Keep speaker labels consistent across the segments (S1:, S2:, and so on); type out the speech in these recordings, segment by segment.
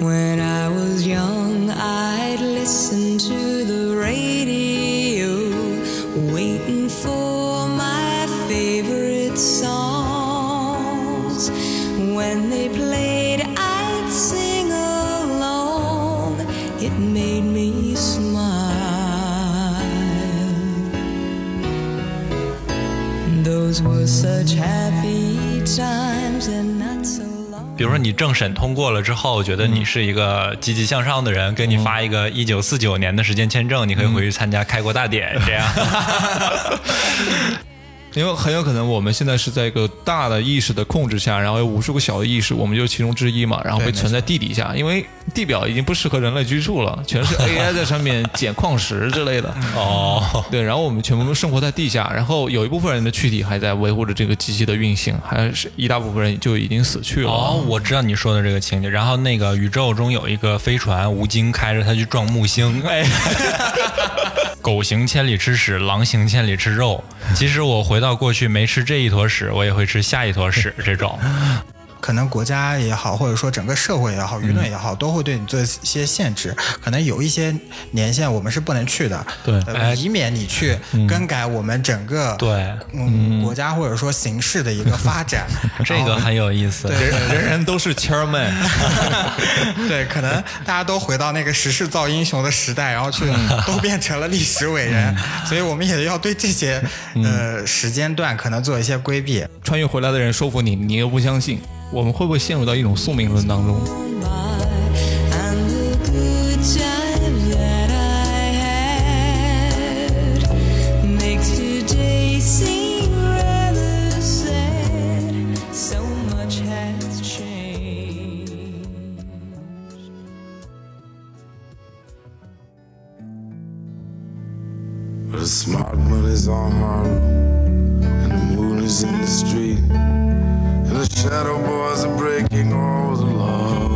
S1: When I was young, I'd listen to the radio, waiting for my favorite songs. When they played, I'd sing along. It made me smile. Those were such happy times and not so long.
S2: 比如说你政审通过了之后，觉得你是一个积极向上的人，给你发一个一九四九年的时间签证，你可以回去参加开国大 典，这样。
S3: 因为很有可能我们现在是在一个大的意识的控制下，然后有无数个小的意识，我们就是其中之一嘛，然后被
S4: 对
S3: 存在地底下，因为地表已经不适合人类居住了，全是 AI 在上面捡矿石之类 的。
S2: 哦，
S3: 对，然后我们全部都生活在地下，然后有一部分人的躯体还在维护着这个机器的运行，还是一大部分人就已经死去了。
S2: 哦，我知道你说的这个情节。然后那个宇宙中有一个飞船吴京开着它去撞木星， 哎，狗行千里吃屎，狼行千里吃肉。其实我回到过去没吃这一坨屎，我也会吃下一坨 屎这种。
S4: 可能国家也好，或者说整个社会也好，
S2: 嗯
S4: 舆论也好，都会对你做一些限制。可能有一些年限我们是不能去的，
S3: 对
S4: 呃
S2: 哎嗯
S4: 以免你去更改我们整个
S2: 对
S4: 嗯国家或者说形势的一个发展。
S2: 这个很有意思。
S4: 对
S3: 人人人都是 chairman，
S4: 对，可能大家都回到那个时势造英雄的时代，然后去
S2: 嗯
S4: 都变成了历史伟人，所以我们也要对这些
S2: 嗯
S4: 呃时间段可能做一些规避。
S3: 穿越回来的人说服你，你又不相信，我们会不会陷入到一种宿命论当中？
S1: And the good times that I had make today seem rather sad. So much has changed.
S5: But the smart money's on Harlem, and the moon is in the street, and the shadow boys are breaking all the laws.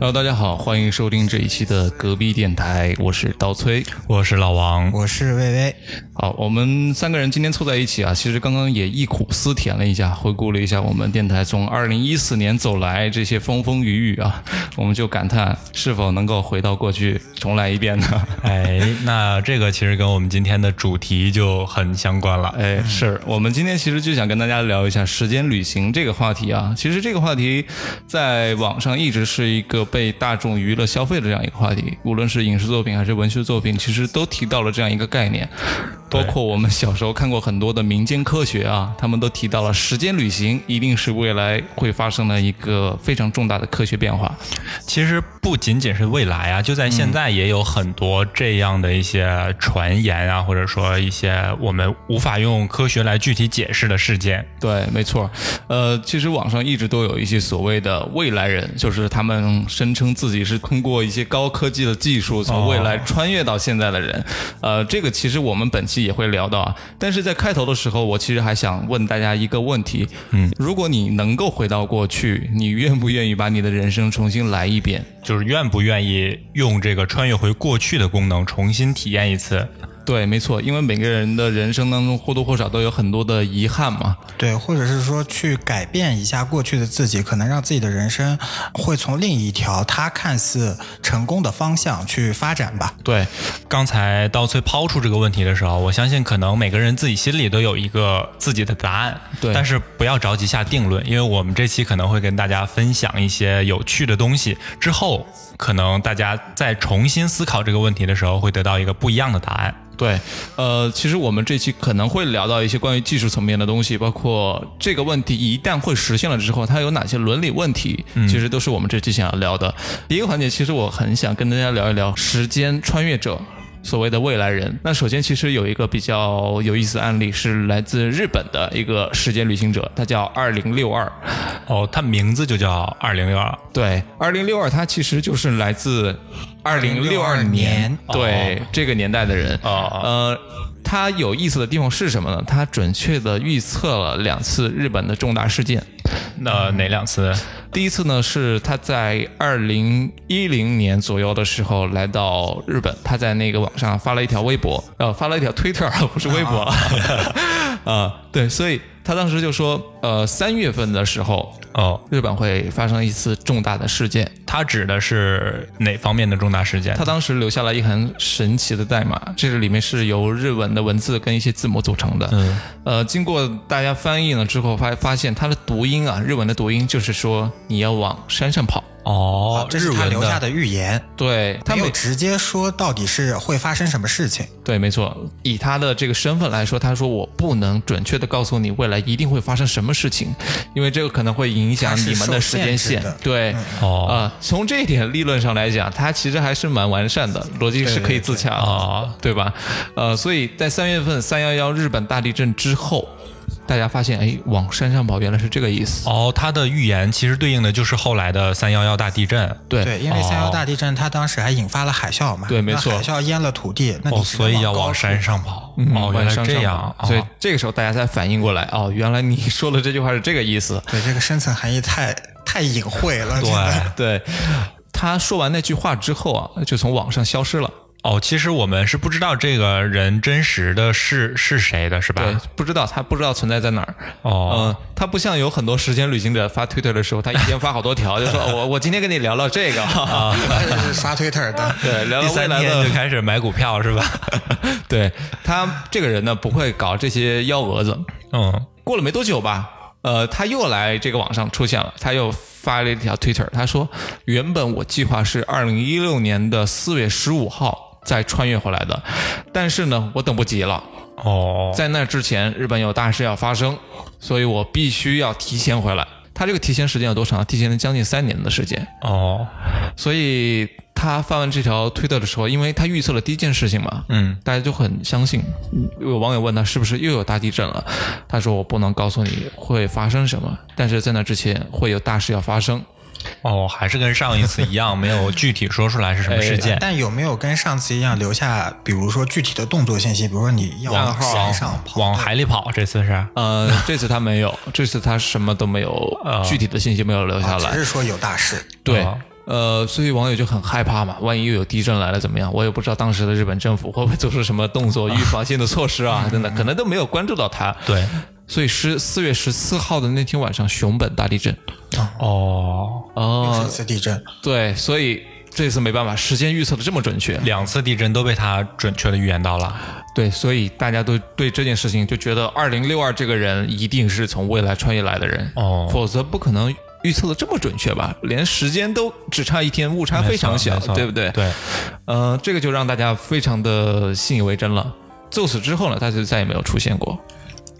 S3: Hello，大家好，欢迎收听这一期的隔壁电台，我是刀崔。
S2: 我是老王，
S4: 我是薇薇，
S3: 好，我们三个人今天凑在一起啊，其实刚刚也忆苦思甜了一下，回顾了一下我们电台从二零一四年走来这些风风雨雨啊，我们就感叹是否能够回到过去重来一遍呢？
S2: 哎，那这个其实跟我们今天的主题就很相关了。
S3: 哎，是我们今天其实就想跟大家聊一下时间旅行这个话题啊。其实这个话题在网上一直是一个被大众娱乐消费的这样一个话题，无论是影视作品还是文学作品，其实都提到了这样一个概念。包括我们小时候看过很多的民间科学啊，他们都提到了时间旅行一定是未来会发生的一个非常重大的科学变化。
S2: 其实不仅仅是未来啊，就在现在也有很多这样的一些传言啊，或者说一些我们无法用科学来具体解释的事件。
S3: 对，没错。呃，其实网上一直都有一些所谓的未来人，就是他们声称自己是通过一些高科技的技术从未来穿越到现在的人。呃，这个其实我们本期也会聊到啊。但是在开头的时候，我其实还想问大家一个问题：嗯，如果你能够回到过去，你愿不愿意把你的人生重新来一遍？
S2: 就是愿不愿意用这个穿越回过去的功能重新体验一次？
S3: 对，没错，因为每个人的人生当中或多或少都有很多的遗憾嘛。
S4: 对，或者是说去改变一下过去的自己，可能让自己的人生会从另一条他看似成功的方向去发展吧。
S3: 对，
S2: 刚才刀崔抛出这个问题的时候，我相信可能每个人自己心里都有一个自己的答案，
S3: 对
S2: 但是不要着急下定论，因为我们这期可能会跟大家分享一些有趣的东西，之后可能大家在重新思考这个问题的时候，会得到一个不一样的答案。
S3: 对，呃，其实我们这期可能会聊到一些关于技术层面的东西，包括这个问题一旦会实现了之后，它有哪些伦理问题，其实都是我们这期想要聊的。第一个环节，其实我很想跟大家聊一聊时间穿越者。所谓的未来人，那首先其实有一个比较有意思的案例是来自日本的一个时间旅行者，他叫二零六二，
S2: 哦，它名字就叫二零六二，
S3: 对，二零六二它其实就是来自二零六二年哦
S4: 年，
S3: 对、这个年代的人。
S2: 哦
S3: 呃，它有意思的地方是什么呢？它准确的预测了两次日本的重大事件。
S2: 那哪两次？
S3: 第一次呢是他在二零一零年左右的时候来到日本，他在那个网上发了一条微博，呃，发了一条推特，不是微博，啊、对，所以他当时就说，呃，三月份的时候，
S2: 哦，
S3: 日本会发生一次重大的事件。
S2: 它指的是哪方面的重大事件？
S3: 他当时留下了一行神奇的代码，这个里面是由日文的文字跟一些字母组成的。
S2: 嗯，
S3: 呃，经过大家翻译了之后，发发现它的读音啊，日文的读音就是说你要往山上跑。
S2: 哦，
S4: 啊这
S2: 日
S4: 是他
S2: 文
S4: 留下
S2: 的
S4: 的预言，
S3: 对，他
S4: 没有
S3: 每
S4: 直接说到底是会发生什么事情。
S3: 对，没错。以他的这个身份来说，他说我不能准确的告诉你未来一定会发生什么事情，因为这个可能会影响你们的时间线
S4: 它是受限制的。嗯
S3: 对，
S2: 哦
S3: 啊、从这一点立论上来讲，他其实还是蛮完善的，逻辑是可以自洽的，
S2: 哦
S3: 对吧？呃，所以在三月份三幺幺日本大地震之后，大家发现，哎，往山上跑原来是这个意思。
S2: 哦，它的预言其实对应的就是后来的三幺幺大地震。
S3: 对
S4: 对，因为三幺大地震，它当时还引发了海啸嘛，
S3: 对没
S4: 那
S3: 错
S4: 海啸淹了土地，那你
S2: 哦，
S4: 只
S2: 所
S4: 能
S2: 以要
S4: 高
S2: 往
S4: 处
S2: 山上跑。
S3: 嗯
S2: 哦，原
S3: 往
S2: 来
S3: 山
S2: 这
S3: 上
S2: 样
S3: 跑。所以
S2: 哦
S3: 这个时候大家才反应过来，哦，原来你说的这句话是这个意思。
S4: 对这个深层含义太太隐晦了，真的
S2: 对，
S3: 对，他说完那句话之后啊，就从网上消失了。
S2: 哦，其实我们是不知道这个人真实的是是谁的，是吧？
S3: 对，不知道他不知道存在在哪儿。
S2: 哦
S3: 嗯，他不像有很多时间旅行者发推特的时候，他一天发好多条， 就说我我今天跟你聊聊这个 啊，
S4: 他就是刷推特的。
S3: 对，聊
S2: 第
S3: 聊未
S2: 三
S3: 来
S2: 天
S3: 的
S2: 就。开始买股票是吧？
S3: 对他这个人呢，不会搞这些幺蛾子。
S2: 嗯，
S3: 过了没多久吧，呃，他又来这个网上出现了，他又发了一条 Twitter，他说：“原本我计划是二零一六年的四月十五号再穿越回来的，但是呢，我等不及了，
S2: 哦，
S3: 在那之前日本有大事要发生，所以我必须要提前回来。”他这个提前时间有多长？提前了将近三年的时间，
S2: 哦，
S3: 所以他发完这条推特的时候，因为他预测了第一件事情嘛，
S2: 嗯，
S3: 大家就很相信。有网友问他是不是又有大地震了，他说我不能告诉你会发生什么，但是在那之前会有大事要发生。
S2: 哦，还是跟上一次一样，没有具体说出来是什么事件。
S3: 哎
S4: 但有没有跟上次一样留下，比如说具体的动作信息，比如说你
S3: 哎
S4: 要往山上跑，
S2: 往海里跑，这次是
S3: 呃， 这次他没有，这次他什么都没有，具体的信息没有留下来
S4: 只。是说有大事。
S3: 对
S2: 啊，
S3: 呃，所以网友就很害怕嘛，万一又有地震来了怎么样？我也不知道当时的日本政府会不会做出什么动作、预防性的措施
S2: 嗯
S3: 啊，等等，可能都没有关注到他。
S2: 对，
S3: 所以十四月十四号的那天晚上，熊本大地震。
S2: 哦，
S3: 哦，
S4: 这次地震，
S3: 对，所以这次没办法，时间预测的这么准确，
S2: 两次地震都被他准确的预言到了。
S3: 对，所以大家都对这件事情就觉得二零六二这个人一定是从未来穿越来的人，
S2: 哦
S3: 否则不可能预测的这么准确吧？连时间都只差一天，误差非常小
S2: 没，错
S3: 对不对？
S2: 对，
S3: 呃，这个就让大家非常的信以为真了。就此之后呢，他就再也没有出现过。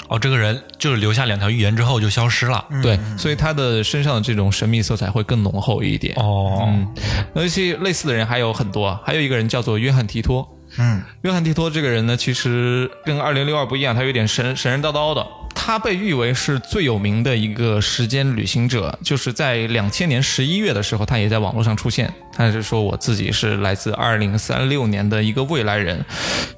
S2: 哦，这个人就是留下两条预言之后就消失了。
S3: 对，所以他的身上的这种神秘色彩会更浓厚一点。
S2: 哦，
S3: 嗯，而且类似的人还有很多啊，还有一个人叫做约翰提托。
S4: 嗯，
S3: 约翰提托这个人呢，其实跟二零六二不一样，他有点神神神叨叨的。他被誉为是最有名的一个时间旅行者，就是在两千年十一月的时候，他也在网络上出现。他是说我自己是来自二零三六年的一个未来人，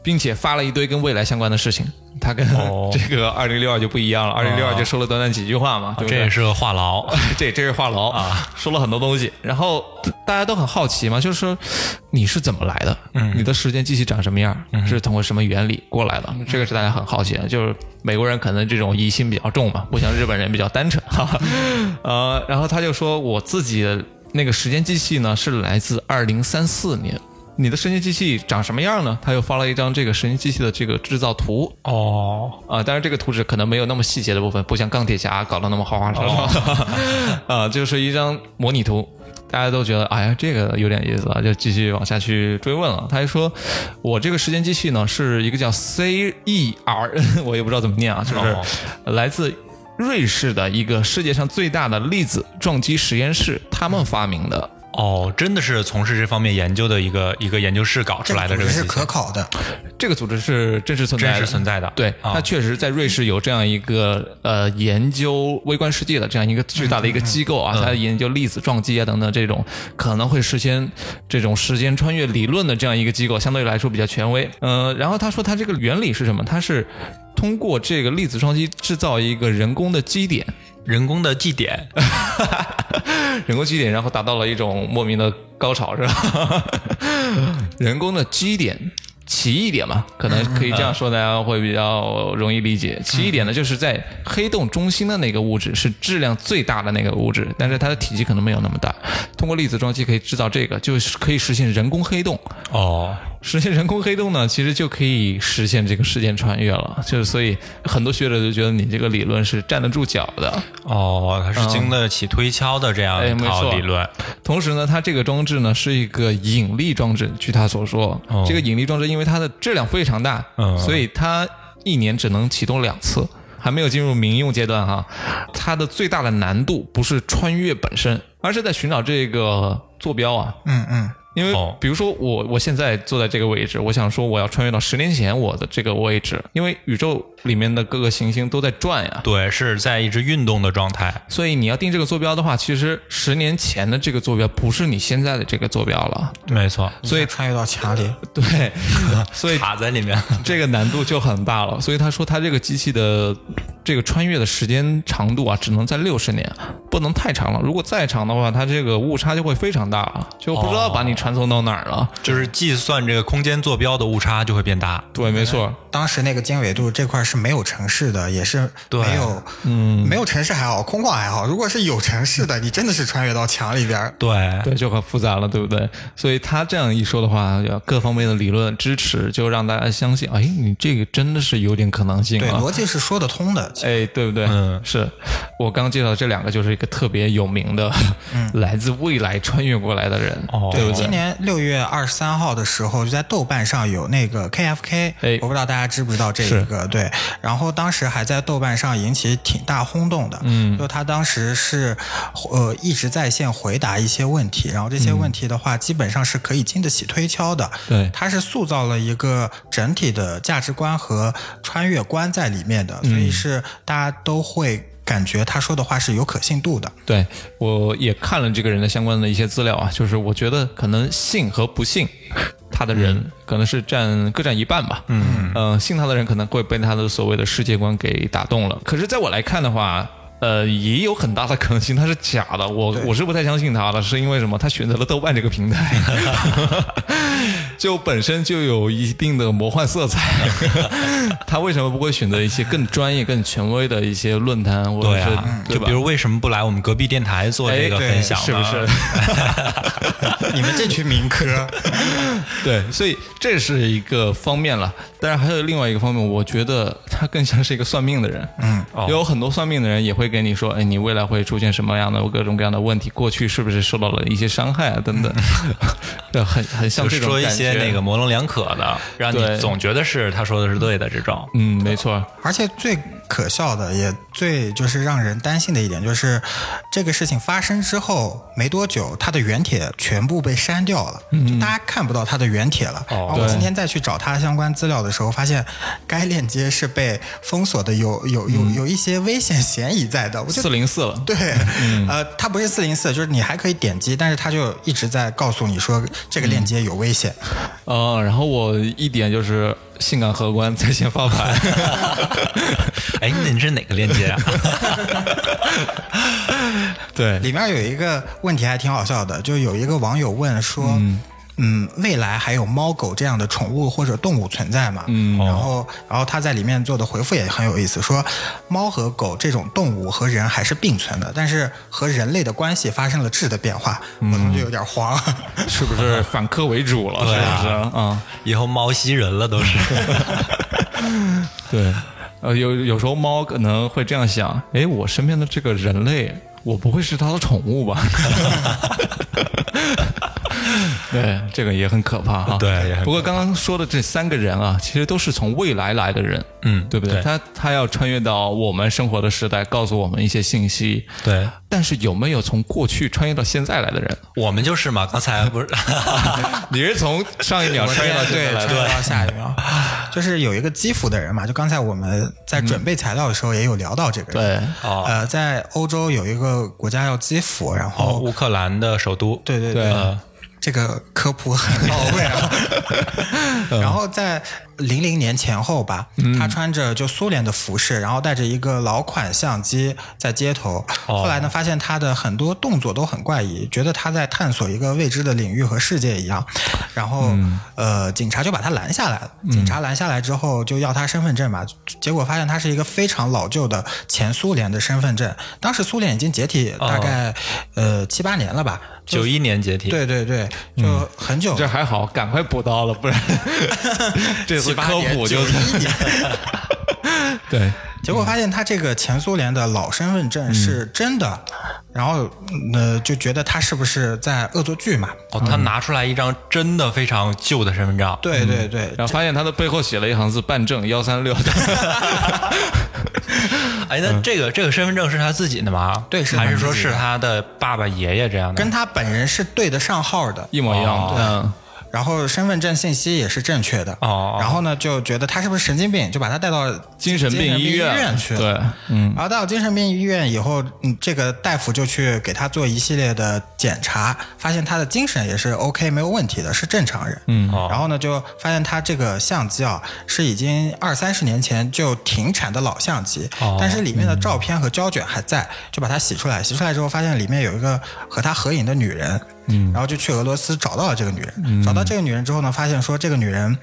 S3: 并且发了一堆跟未来相关的事情。他跟
S2: 哦
S3: 这个二零六二就不一样了，二零六二就说了短短几句话嘛，对不
S2: 啊这
S3: 对
S2: 也是个话痨。
S3: 这这是话痨啊，说了很多东西，然后大家都很好奇嘛，就是说你是怎么来的？你的时间机器长什么样？是通过什么原理过来的？这个是大家很好奇的。就是美国人可能这种疑心比较重嘛，不像日本人比较单纯哈 哈。呃，然后他就说我自己的那个时间机器呢是来自二零三四年。你的时间机器长什么样呢？他又发了一张这个时间机器的这个制造图，
S2: 哦，
S3: 啊、当然这个图纸可能没有那么细节的部分，不像钢铁侠搞得那么花花哨哨，
S2: 哦
S3: 啊、就是一张模拟图。大家都觉得，哎呀，这个有点意思啊，就继续往下去追问了。他还说，我这个时间机器呢，是一个叫 C E R，我 也不知道怎么念啊，就是
S2: 哦
S3: 来自瑞士的一个世界上最大的粒子撞击实验室，他们发明的。
S2: 哦，真的是从事这方面研究的一个一个研究室搞出
S4: 这
S2: 来
S4: 个
S2: 的
S4: 组
S2: 这个
S4: 织
S2: 机器
S4: 是可考的，
S3: 这个组织是真实存在
S2: 真
S3: 的，
S2: 实存在的。
S3: 对，
S2: 啊
S3: 它确实在瑞士有这样一个呃研究微观世界的这样一个巨大的一
S2: 嗯
S3: 个机构啊，它研究粒子撞击啊等等这种可能会实现这种时间穿越理论的这样一个机构，相对来说比较权威。呃，然后他说他这个原理是什么？它是通过这个粒子撞击制造一个人工的基点，
S2: 人工的祭点，
S3: 人工基点，然 后达到了一种莫名的高潮，是吧？人工的基点奇异点嘛，可能可以这样说，大家会比较容易理解。奇异点呢，就是在黑洞中心的那个物质是质量最大的那个物质，但是它的体积可能没有那么大。通过粒子撞击可以制造这个，就是可以实现人工黑洞。
S2: 哦，
S3: 实现人工黑洞呢，其实就可以实现这个时间穿越了。就是所以很多学者就觉得你这个理论是站得住脚的。
S2: 哦，它是经得起推敲的这样
S3: 哎
S2: 一
S3: 没
S2: 套
S3: 错
S2: 理论。
S3: 同时呢，它这个装置呢是一个引力装置，据他所说，
S2: 哦
S3: 这个引力装置因为它的质量非常大，
S2: 嗯
S3: 所以它一年只能启动两次，还没有进入民用阶段哈。它的最大的难度不是穿越本身，而是在寻找这个坐标啊。
S4: 嗯嗯，
S3: 因为
S2: 哦
S3: 比如说我我现在坐在这个位置，我想说我要穿越到十年前我的这个位置，因为宇宙里面的各个行星都在转呀。
S2: 对，是在一直运动的状态。
S3: 所以你要定这个坐标的话，其实十年前的这个坐标不是你现在的这个坐标了。
S2: 没错，
S3: 所以
S4: 一下穿越到墙里，
S3: 对，所以
S2: 卡在里 面。
S3: 这个难度就很大了。所以他说他这个机器的这个穿越的时间长度啊，只能在六十年，不能太长了。如果再长的话，它这个误差就会非常大了，就不知道把你传送到哪儿了。
S2: 就是计算这个空间坐标的误差就会变大。
S3: 对，没错。
S4: 当时那个经纬度这块是没有城市的，也是
S2: 对
S4: 没有，嗯，没有城市还好，空旷还好。如果是有城市的，你真的是穿越到墙里边儿。
S2: 对，
S3: 对，就很复杂了，对不对？所以他这样一说的话，要各方面的理论支持，就让大家相信，哎，你这个真的是有点可能性
S4: 对，
S3: 啊。
S4: 逻辑是说得通的。
S3: 哎，对不对？嗯，是我刚介绍的这两个，就是一个特别有名的， 来自未来穿越过来的人，
S2: 哦
S3: 对不对
S4: 今？年六月二十三号的时候，就在豆瓣上有那个 KFK，、
S3: 哎
S4: 我不知道大家知不知道这一个对。然后当时还在豆瓣上引起挺大轰动的，嗯，就他当时是呃一直在线回答一些问题，然后这些问题的话，基本上是可以经得起推敲的，
S3: 对
S4: 它是塑造了一个整体的价值观和穿越观在里面
S3: 嗯
S4: 的，所以是大家都会感觉他说的话是有可信度的。
S3: 对，我也看了这个人的相关的一些资料啊，就是我觉得可能信和不信他的人，
S2: 嗯
S3: 可能是占各占一半吧。嗯呃，信他的人可能会被他的所谓的世界观给打动了。可是，在我来看的话。呃，也有很大的可能性他是假的，我我是不太相信他的，是因为什么？他选择了豆瓣这个平台， 就本身就有一定的魔幻色彩。 他为什么不会选择一些更专业、更权威的一些论坛，或者
S2: 对
S3: 是
S2: 啊，
S3: 嗯对
S2: 就
S3: 吧
S2: 比如为什么不来我们隔壁电台做这个分享呢？
S3: 哎是不是？
S4: 你们这群民科，
S3: 对，所以这是一个方面了。但是还有另外一个方面，我觉得他更像是一个算命的人。嗯，
S2: 哦
S3: 有很多算命的人也会跟你说，哎，你未来会出现什么样的各种各样的问题，过去是不是受到了一些伤害啊 等等，对，很很像
S2: 就
S3: 这种
S2: 说一
S3: 感
S2: 些
S3: 觉
S2: 那个。模棱两可的，让你
S3: 对
S2: 总觉得是他说的是对的这 种。
S3: 嗯，没错，
S4: 而且最可笑的，也最就是让人担心的一点，就是这个事情发生之后没多久，它的原帖全部被删掉了，就大家看不到它的原帖了。然后我
S3: 嗯哦对
S4: 今天再去找它相关资料的时候，发现该链接是被封锁的，有有有有一些危险嫌疑在的。我
S3: 嗯
S4: 就
S3: 四零四嗯了。
S4: 对，呃，它不是四零四，就是你还可以点击，但是它就一直在告诉你说这
S3: 嗯
S4: 个链接有危险。
S3: 呃，然后我一点就是性感荷官在线发 牌，
S2: 哎，你是哪个链接啊？
S3: 对，
S4: 里面有一个问题还挺好笑的，就有一个网友问说，嗯。未来还有猫狗这样的宠物或者动物存在吗？
S3: 哦
S4: 嗯，然后，然后他在里面做的回复也很有意思，说猫和狗这种动物和人还是并存的，但是和人类的关系发生了质的变化。
S3: 嗯
S4: 我他妈就有 点慌。
S3: 是不是反客为主了？
S2: 对啊
S3: 是不是？啊、
S2: 以后猫吸人了都是。
S3: 对，呃，有有时候猫可能会这样想，诶，我身边的这个人类，我不会是它的宠物吧？ 对，这个也很可怕哈。
S2: 对也很可怕
S3: 不过刚刚说的这三个人啊，其实都是从未来来的人，
S2: 嗯
S3: 对不对？
S2: 对
S3: 他他要穿越到我们生活的时代，告诉我们一些信息。
S2: 对
S3: 但是有没有从过去穿越到现在来的人？
S2: 我们就是嘛，刚才不是
S3: 你是从上一秒啊穿越到现在
S4: 对，
S3: 来的
S4: 穿？越到下一 秒，就是有一个基辅的人嘛，就刚才我们在准备材料的时候也有聊到这个人。
S3: 嗯对
S2: 哦
S4: 呃，在欧洲有一个国家叫基辅，然后
S2: 哦，乌克兰的首都。
S4: 对对
S3: 对
S4: 对，这个科普很到位啊。然后在零零年前后吧，他穿着就苏联的服饰，然后带着一个老款相机在街头。
S2: 哦
S4: 后来呢，发现他的很多动作都很怪异，觉得他在探索一个未知的领域和世界一样。然后、呃，警察就把他拦下来了。警察拦下来之后就要他身份证嘛，结果发现他是一个非常老旧的前苏联的身份证。当时苏联已经解体大概、呃七八年了吧。就
S2: 九一年解体，
S4: 对对对，就很久了，
S3: 嗯这还好，赶快补刀了，不然 这次科普就
S4: 一年。
S3: 对，
S4: 结果发现他这个前苏联的老身份证
S3: 嗯
S4: 是真的，然后呃就觉得他是不是在恶作剧嘛？
S2: 哦，他拿出来一张真的非常旧的身份证，
S4: 嗯对对对，
S3: 嗯然后发现他的背后写了一行字“办证幺三六”，
S2: 哎，那这个这个身份证是他自己的吗？
S4: 嗯对是他
S2: 还是
S4: 自己
S2: 说
S4: 的
S2: 是他的爸爸、爷爷这样的？
S4: 跟他本人是对得上号的，
S3: 一模一样。嗯，
S4: 然后身份证信息也是正确的。
S2: 哦
S4: 然后呢就觉得他是不是神经病，就把他带到
S3: 精神病医
S4: 医
S3: 院
S4: 去了。
S3: 对，嗯，
S4: 然后到精神病医院以后，嗯，这个大夫就去给他做一系列的检查，发现他的精神也是 OK 没有问题的，是正常人。嗯
S2: 哦
S4: 然后呢，就发现他这个相机啊，是已经二三十年前就停产的老相机，
S2: 哦
S4: 但是里面的照片和胶卷还在，就把它洗出来。洗出来之后，发现里面有一个和他合影的女人，嗯，然后就去俄罗斯找到了这个女人。
S3: 嗯
S4: 找到这个女人之后呢，发现说这个女人。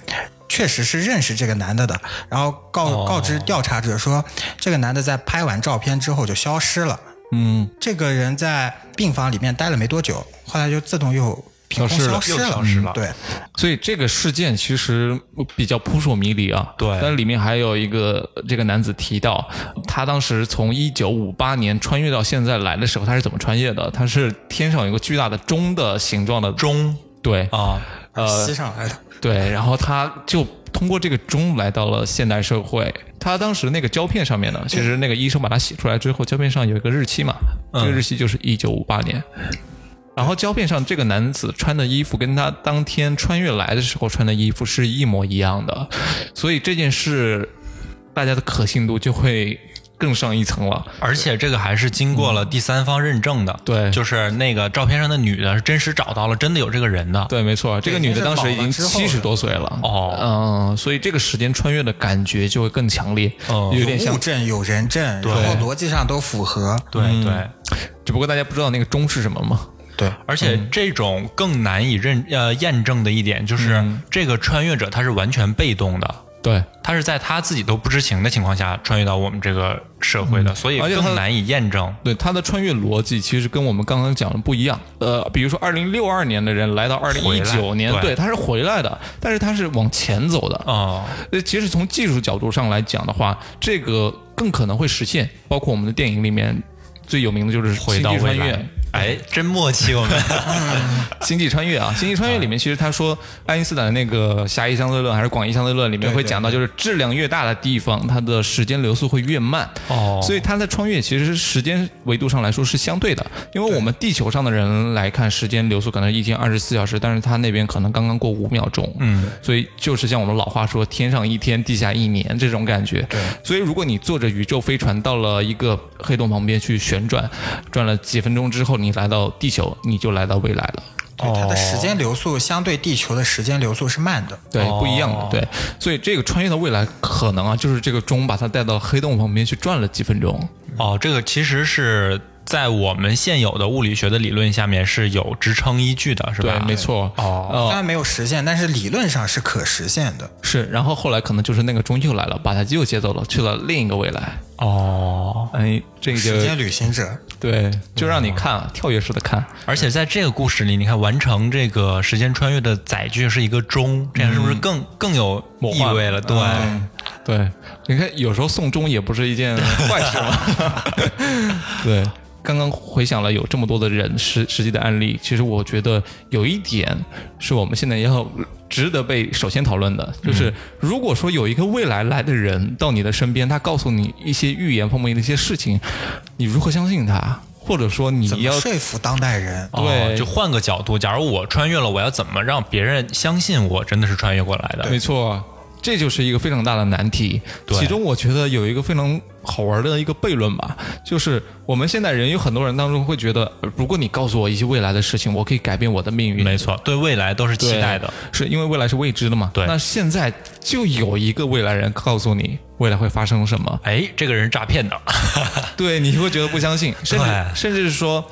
S4: 确实是认识这个男的的，然后
S3: 哦
S4: 告告知调查者说，这个男的在拍完照片之后就消失了。
S3: 嗯，
S4: 这个人在病房里面待了没多久，后来就自动又凭空
S3: 消失了
S4: 消失嗯
S2: 又消失了
S4: 对，
S3: 所以这个事件其实比较扑朔迷离啊。
S2: 对
S3: 但里面还有一个这个男子提到，他当时从一九五八年穿越到现在来的时候，他是怎么穿越的？他是天上有一个巨大的钟的形状的钟，对
S2: 啊，
S3: 呃
S4: 吸上来的。
S3: 对，然后他就通过这个钟来到了现代社会。他当时那个胶片上面呢，其实那个医生把它洗出来之后，胶片上有一个日期嘛，这个日期就是一九五八年。然后胶片上这个男子穿的衣服跟他当天穿越来的时候穿的衣服是一模一样的，所以这件事大家的可信度就会更上一层了。
S2: 而且这个还是经过了第三方认证的，
S3: 嗯对
S2: 就是那个照片上的女的是真实找到了，真的有这个人的，
S3: 对，没错，这个女的当时已经
S4: 这是老了之后
S3: 七
S4: 的
S3: 十多岁了，
S2: 哦
S3: 嗯，所以这个时间穿越的感觉就会更强烈，
S2: 哦
S3: 有点像
S4: 物证有人证，然后逻辑上都符合。
S2: 对
S3: 嗯
S2: 对。
S3: 只不过大家不知道那个钟是什么嘛。
S4: 对，
S2: 而且
S3: 嗯
S2: 这种更难以认呃验证的一点就是，这个穿越者他是完全被动的，
S3: 对，
S2: 他是在他自己都不知情的情况下穿越到我们这个社会的，所以
S3: 嗯而且他
S2: 更难以验证。
S3: 对，它的穿越逻辑其实跟我们刚刚讲的不一样。呃，比如说二零六二年的人来到二零一九年，
S2: 回来对
S3: 对，他是回来的，但是他是往前走的。
S2: 哦，
S3: 呃，其实从技术角度上来讲的话，这个更可能会实现。包括我们的电影里面最有名的就是《
S2: 回
S3: 星
S2: 到
S3: 际
S2: 未
S3: 穿
S2: 来
S3: 越》。
S2: 哎，真默契， 我们
S3: 星际穿越啊，星际
S2: 嗯
S3: 穿越里面其实他说爱因斯坦的那个狭义相对论还是广义相对论里面会讲到，就是质量越大的地方，它的时间流速会越慢。
S2: 哦
S3: 所以它的穿越其实是时间维度上来说是相对的，因为我们地球上的人来看，时间流速可能一天二十四小时，但是他那边可能刚刚过五秒钟。嗯，所以就是像我们老话说“天上一天，地下一年”这种感觉。对，所以如果你坐着宇宙飞船到了一个黑洞旁边去旋转，转了几分钟之后，你来到地球，你就来到未来了。
S4: 对，它的时间流速相对地球的时间流速是慢的。
S3: 对，哎不一样的
S2: 哦，
S3: 对，所以这个穿越到未来，可能啊，就是这个钟把它带到黑洞旁边去转了几分钟，
S2: 哦，这个其实是在我们现有的物理学的理论下面是有支撑依据的，是吧？
S3: 对，没。错，
S2: 哦
S3: 哦
S4: 虽然没有实现，但是理论上是可实现的。
S3: 是，然后后来可能就是那个钟又来了，把它又接走了，去了另一个未来，
S2: 哦，
S3: 哎，这个就
S4: 时间旅行者，
S3: 对，就让你看、跳跃式的看，
S2: 而且在这个故事里，你看完成这个时间穿越的载具是一个钟，这样是不是更、更有
S3: 魔
S2: 意
S3: 幻
S2: 味了？对，
S3: 对，你看有时候送钟也不是一件坏事 嘛，对。刚刚回想了有这么多的人实实际的案例，其实我觉得有一点是我们现在要值得被首先讨论的，就是如果说有一个未来来的人到你的身边，他告诉你一些预言方面的一些事情，你如何相信他，或者说你
S4: 怎么
S3: 要
S4: 说服当代人？
S3: 对
S2: 哦，就换个角度，假如我穿越了，我要怎么让别人相信我真的是穿越过来的？
S3: 没错，这就是一个非常大的难题。
S2: 对
S3: 其中我觉得有一个非常好玩的一个悖论吧，就是我们现代人有很多人当中会觉得，呃如果你告诉我一些未来的事情，我可以改变我的命运，
S2: 没错，对未来都是
S3: 对
S2: 期待的。，
S3: 是因为未来是未知的嘛？
S2: 对
S3: 那现在就有一个未来人告诉你未来会发生什么，
S2: 哎，这个人诈骗的，
S3: 对你会觉得不相信，甚至
S2: 对
S3: 甚至是说，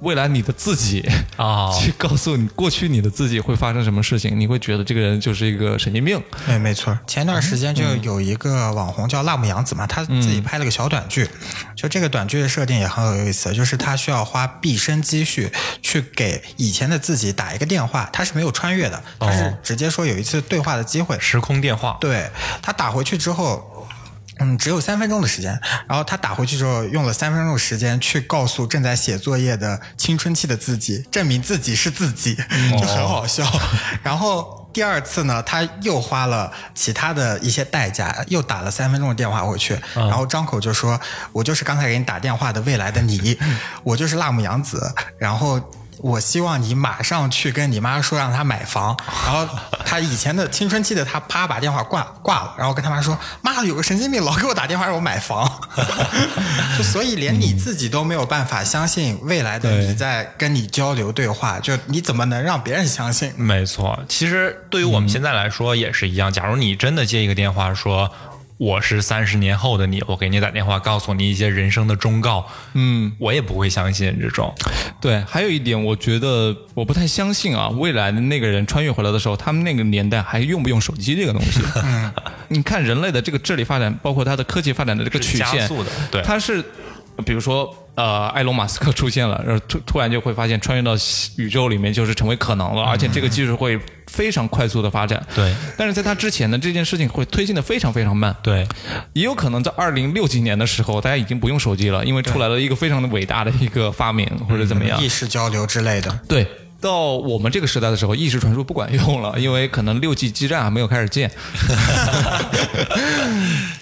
S3: 未来你的自己
S2: 哦
S3: 去告诉你过去你的自己会发生什么事情，你会觉得这个人就是一个神经病。
S4: 对，没
S3: 嗯
S4: 错。前段时间就有一个网红叫辣目洋子嘛，她自
S3: 嗯
S4: 己拍了个小短剧，就这个短剧的设定也很有意思，就是她需要花毕生积蓄去给以前的自己打一个电话，她是没有穿越的，她
S3: 哦
S4: 是直接说有一次对话的机会，
S2: 时空电话，
S4: 对他打回去之后，嗯，只有三分钟的时间。然后他打回去之后，用了三分钟的时间去告诉正在写作业的青春期的自己，证明自己是自己，就很好笑。然后。第二次呢，他又花了其他的一些代价，又打了三分钟的电话回去，然后张口就说：“我就是刚才给你打电话的未来的你，我就是辣目洋子。”然后我希望你马上去跟你妈说，让她买房。然后她以前的青春期的她，啪把电话挂挂了，然后跟她妈说：“妈，有个神经病老给我打电话让我买房。”就所以连你自己都没有办法相信未来的
S3: 对
S4: 你在跟你交流对话，就你怎么能让别人相信？
S2: 没错，其实对于我们现在来说也是一样。假如你真的接一个电话说。我是三十年后的你，我给你打电话，告诉你一些人生的忠告。嗯，我也不会相信这种。
S3: 对，还有一点，我觉得我不太相信啊，未来的那个人穿越回来的时候，他们那个年代还用不用手机这个 东西？
S2: 嗯
S3: 你看人类的这个智力发展，包括它的科技发展的这个曲
S2: 是加
S3: 线，
S2: 速的对
S3: 它是比如说。呃，埃隆·马斯克出现了，然后突突然就会发现穿越到宇宙里面就是成为可能了，而且这个技术会非常快速的发展。
S2: 嗯对
S3: 但是在他之前呢，这件事情会推进的非常非常慢。
S2: 对，
S3: 也有可能在二零六几年的时候，大家已经不用手机了，因为出来了一个非常伟大的一个发明或者怎么样
S4: 意。识交流之类的，
S3: 对，到我们这个时代的时候，意识传输不管用了，因为可能六 G 基站还没有开始建。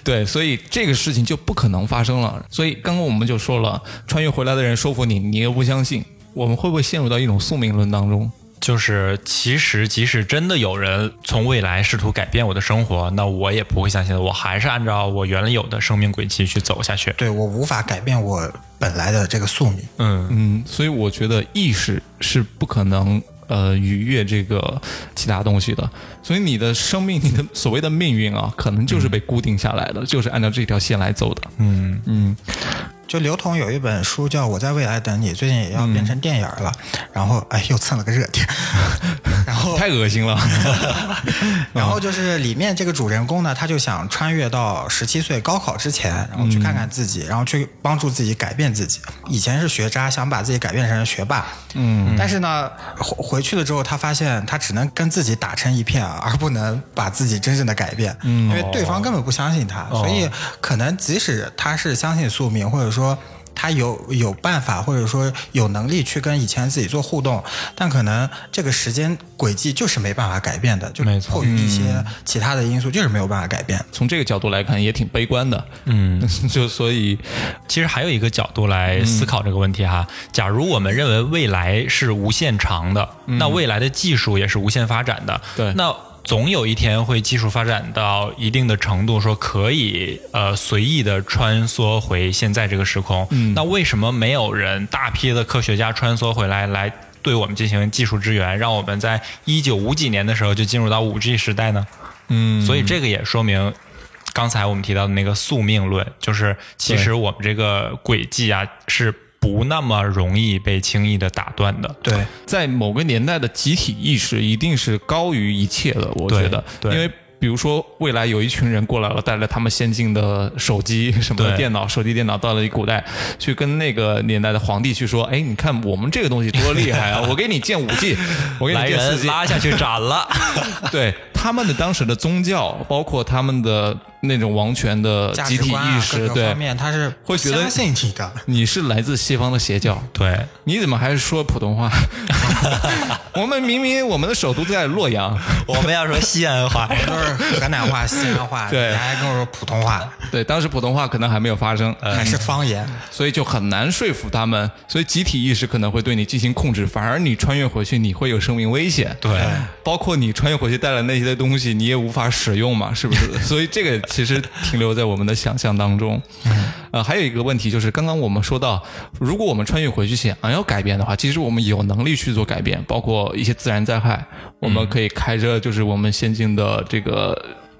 S3: 对，所以这个事情就不可能发生了。所以刚刚我们就说了，穿越回来的人说服你，你又不相信，我们会不会陷入到一种宿命论当中？
S2: 就是其实即使真的有人从未来试图改变我的生活，那我也不会相信的，我还是按照我原有的生命轨迹去走下去。
S4: 对我无法改变我本来的这个宿命。
S2: 嗯，
S3: 嗯，所以我觉得意识是不可能呃逾越这个其他东西的。所以你的生命，你的所谓的命运啊，可能就是被固定下来的，就是按照这条线来走的。
S2: 嗯
S4: 就刘同有一本书叫《我在未来等你》，最近也要变成电影儿了。然后，哎，又蹭了个热点。然后
S3: 太恶心了。
S4: 然后就是里面这个主人公呢，他就想穿越到十七岁高考之前，然后去看看自己，然后去帮助自己改变自己。以前是学渣，想把自己改变成学霸，嗯，但是呢，回回去了之后，他发现他只能跟自己打成一片啊，而不能把自己真正的改变，嗯，哦因为对方根本不相信他，所以可能即使他是相信宿命，或者说。他有有办法，或者说有能力去跟以前自己做互动，但可能这个时间轨迹就是没办法改变的，就
S2: 没错
S4: 迫于一些其他的因素，就是没有办法改变。
S3: 从这个角度来看，也挺悲观的。嗯， 就所以
S2: 其实还有一个角度来思考这个问题哈。假如我们认为未来是无限长的，那未来的技术也是无限发展的。
S3: 对
S2: 那。总有一天会技术发展到一定的程度，说可以呃随意的穿梭回现在这个时空。那为什么没有人大批的科学家穿梭回来来对我们进行技术支援，让我们在一九五几年的时候就进入到五 G 时代呢？嗯，所以这个也说明刚才我们提到的那个宿命论，就是其实我们这个轨迹啊是不那么容易被轻易的打断的。
S4: 对，
S3: 在某个年代的集体意识一定是高于一切的，我觉得，
S2: 对对
S3: 因为。比如说，未来有一群人过来了，带着他们先进的手机、什么
S2: 对
S3: 电脑、手机、电脑到了古代，去跟那个年代的皇帝去说：“哎，你看我们这个东西多厉害 啊！我给你建五 G，我给你
S2: 来
S3: 建四
S2: 人
S3: G。”
S2: 拉下去斩了，
S3: 对他们的当时的宗教，包括他们的那种王权的
S4: 价
S3: 集
S4: 值
S3: 体
S4: 观啊
S3: 意识，
S4: 各个
S3: 对
S4: 方，面，他是
S3: 会觉得
S4: 相信你的。
S3: 你是来自西方的邪教，
S2: 对，
S3: 你怎么还是说普通话？ 我们明明我们的首都在洛阳，
S2: 我们要说西安话，
S4: 都是河南 话、西安话，
S3: 对
S4: 你还跟我说普通话，
S3: 对，当时普通话可能还没有发生，
S4: 还是方言。
S3: 所以就很难说服他们，所以集体意识可能会对你进行控制，反而你穿越回去你会有生命危险。
S2: 对，
S3: 包括你穿越回去带来那些东西，你也无法使用嘛，是不是？所以这个其实停留在我们的想象当中。呃，还有一个问题就是，刚刚我们说到，如果我们穿越回去想要改变的话，其实我们有能力去做改变，包括一些自然灾害，我们可以开着就是我们先进的这个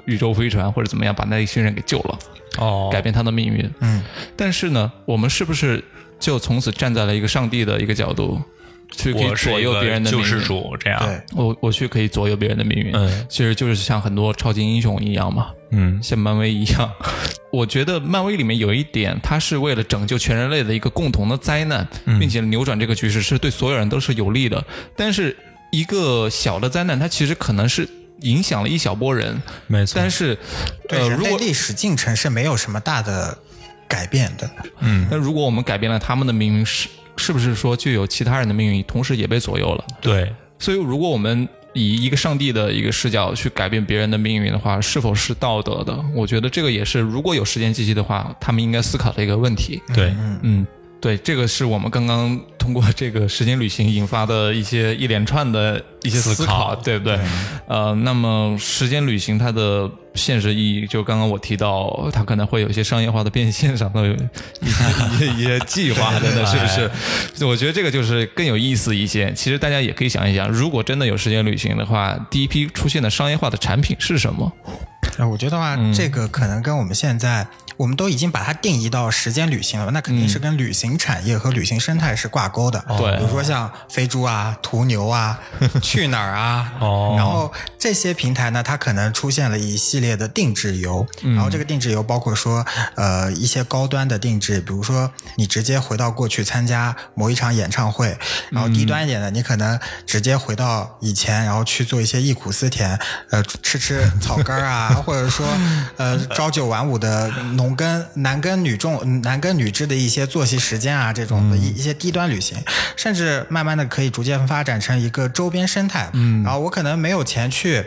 S3: 宇宙飞船或者怎么样，把那一群人给救了。
S2: 哦，
S3: 改变他的命运。嗯，但是呢，我们是不是就从此站在了一个上帝的一个角度，去可以
S2: 我是
S3: 左
S2: 一
S3: 右别
S2: 个
S3: 人的
S2: 救
S3: 命
S2: 世
S3: 运？
S2: 主这样，
S4: 对
S3: 我我去可以左右别人的命运，
S2: 嗯
S3: 其实就是像很多超级英雄一样嘛，
S2: 嗯
S3: 像漫威一样。 我觉得漫威里面有一点，它是为了拯救全人类的一个共同的灾难，
S2: 嗯
S3: 并且扭转这个局势，是对所有人都是有利的。但是一个小的灾难，它其实可能是影响了一小波人，
S2: 没错
S3: 但是
S4: 对
S3: 呃，
S4: 人
S3: 如
S4: 类
S3: 果
S4: 历史进程是没有什么大的改变的。
S3: 那如果我们改变了他们的命运，是是不是说就有其他人的命运同时也被左右了？
S2: 对，
S3: 所以，如果我们以一个上帝的一个视角去改变别人的命运的话，是否是道德的？我觉得这个也是，如果有时间机器的话，他们应该思考的一个问题。
S2: 对，
S3: 嗯，对，这个是我们刚刚通过这个时间旅行引发的一些一连串的一些思考，
S2: 思考
S3: 对不对？呃，那么时间旅行它的现实意义，就刚刚我提到，它可能会有一些商业化的变现上的一些一些一些计划等等，是不 是？所以我觉得这个就是更有意思一些。其实大家也可以想一想，如果真的有时间旅行的话，第一批出现的商业化的产品是什么？
S4: 呃我觉得话，这个可能跟我们现在，我们都已经把它定义到时间旅行了，那肯定是跟旅行产业和旅行生态是挂钩的。
S3: 对
S4: 比如说像飞猪啊、途牛啊、去哪儿啊，
S2: 哦
S4: 然后这些平台呢，它可能出现了一系列的定制游，然后这个定制游包括说，呃，一些高端的定制，比如说你直接回到过去参加某一场演唱会，然后
S3: 嗯
S4: 低端一点的，你可能直接回到以前，然后去做一些忆苦思甜，呃，吃吃草根儿 啊，或者说呃朝九晚五的农耕男耕女种男耕女织的一些作息时间啊，这种的
S3: 嗯
S4: 一一些低端旅行，甚至慢慢的可以逐渐发展成一个周边生态。嗯，然后我可能没有钱去，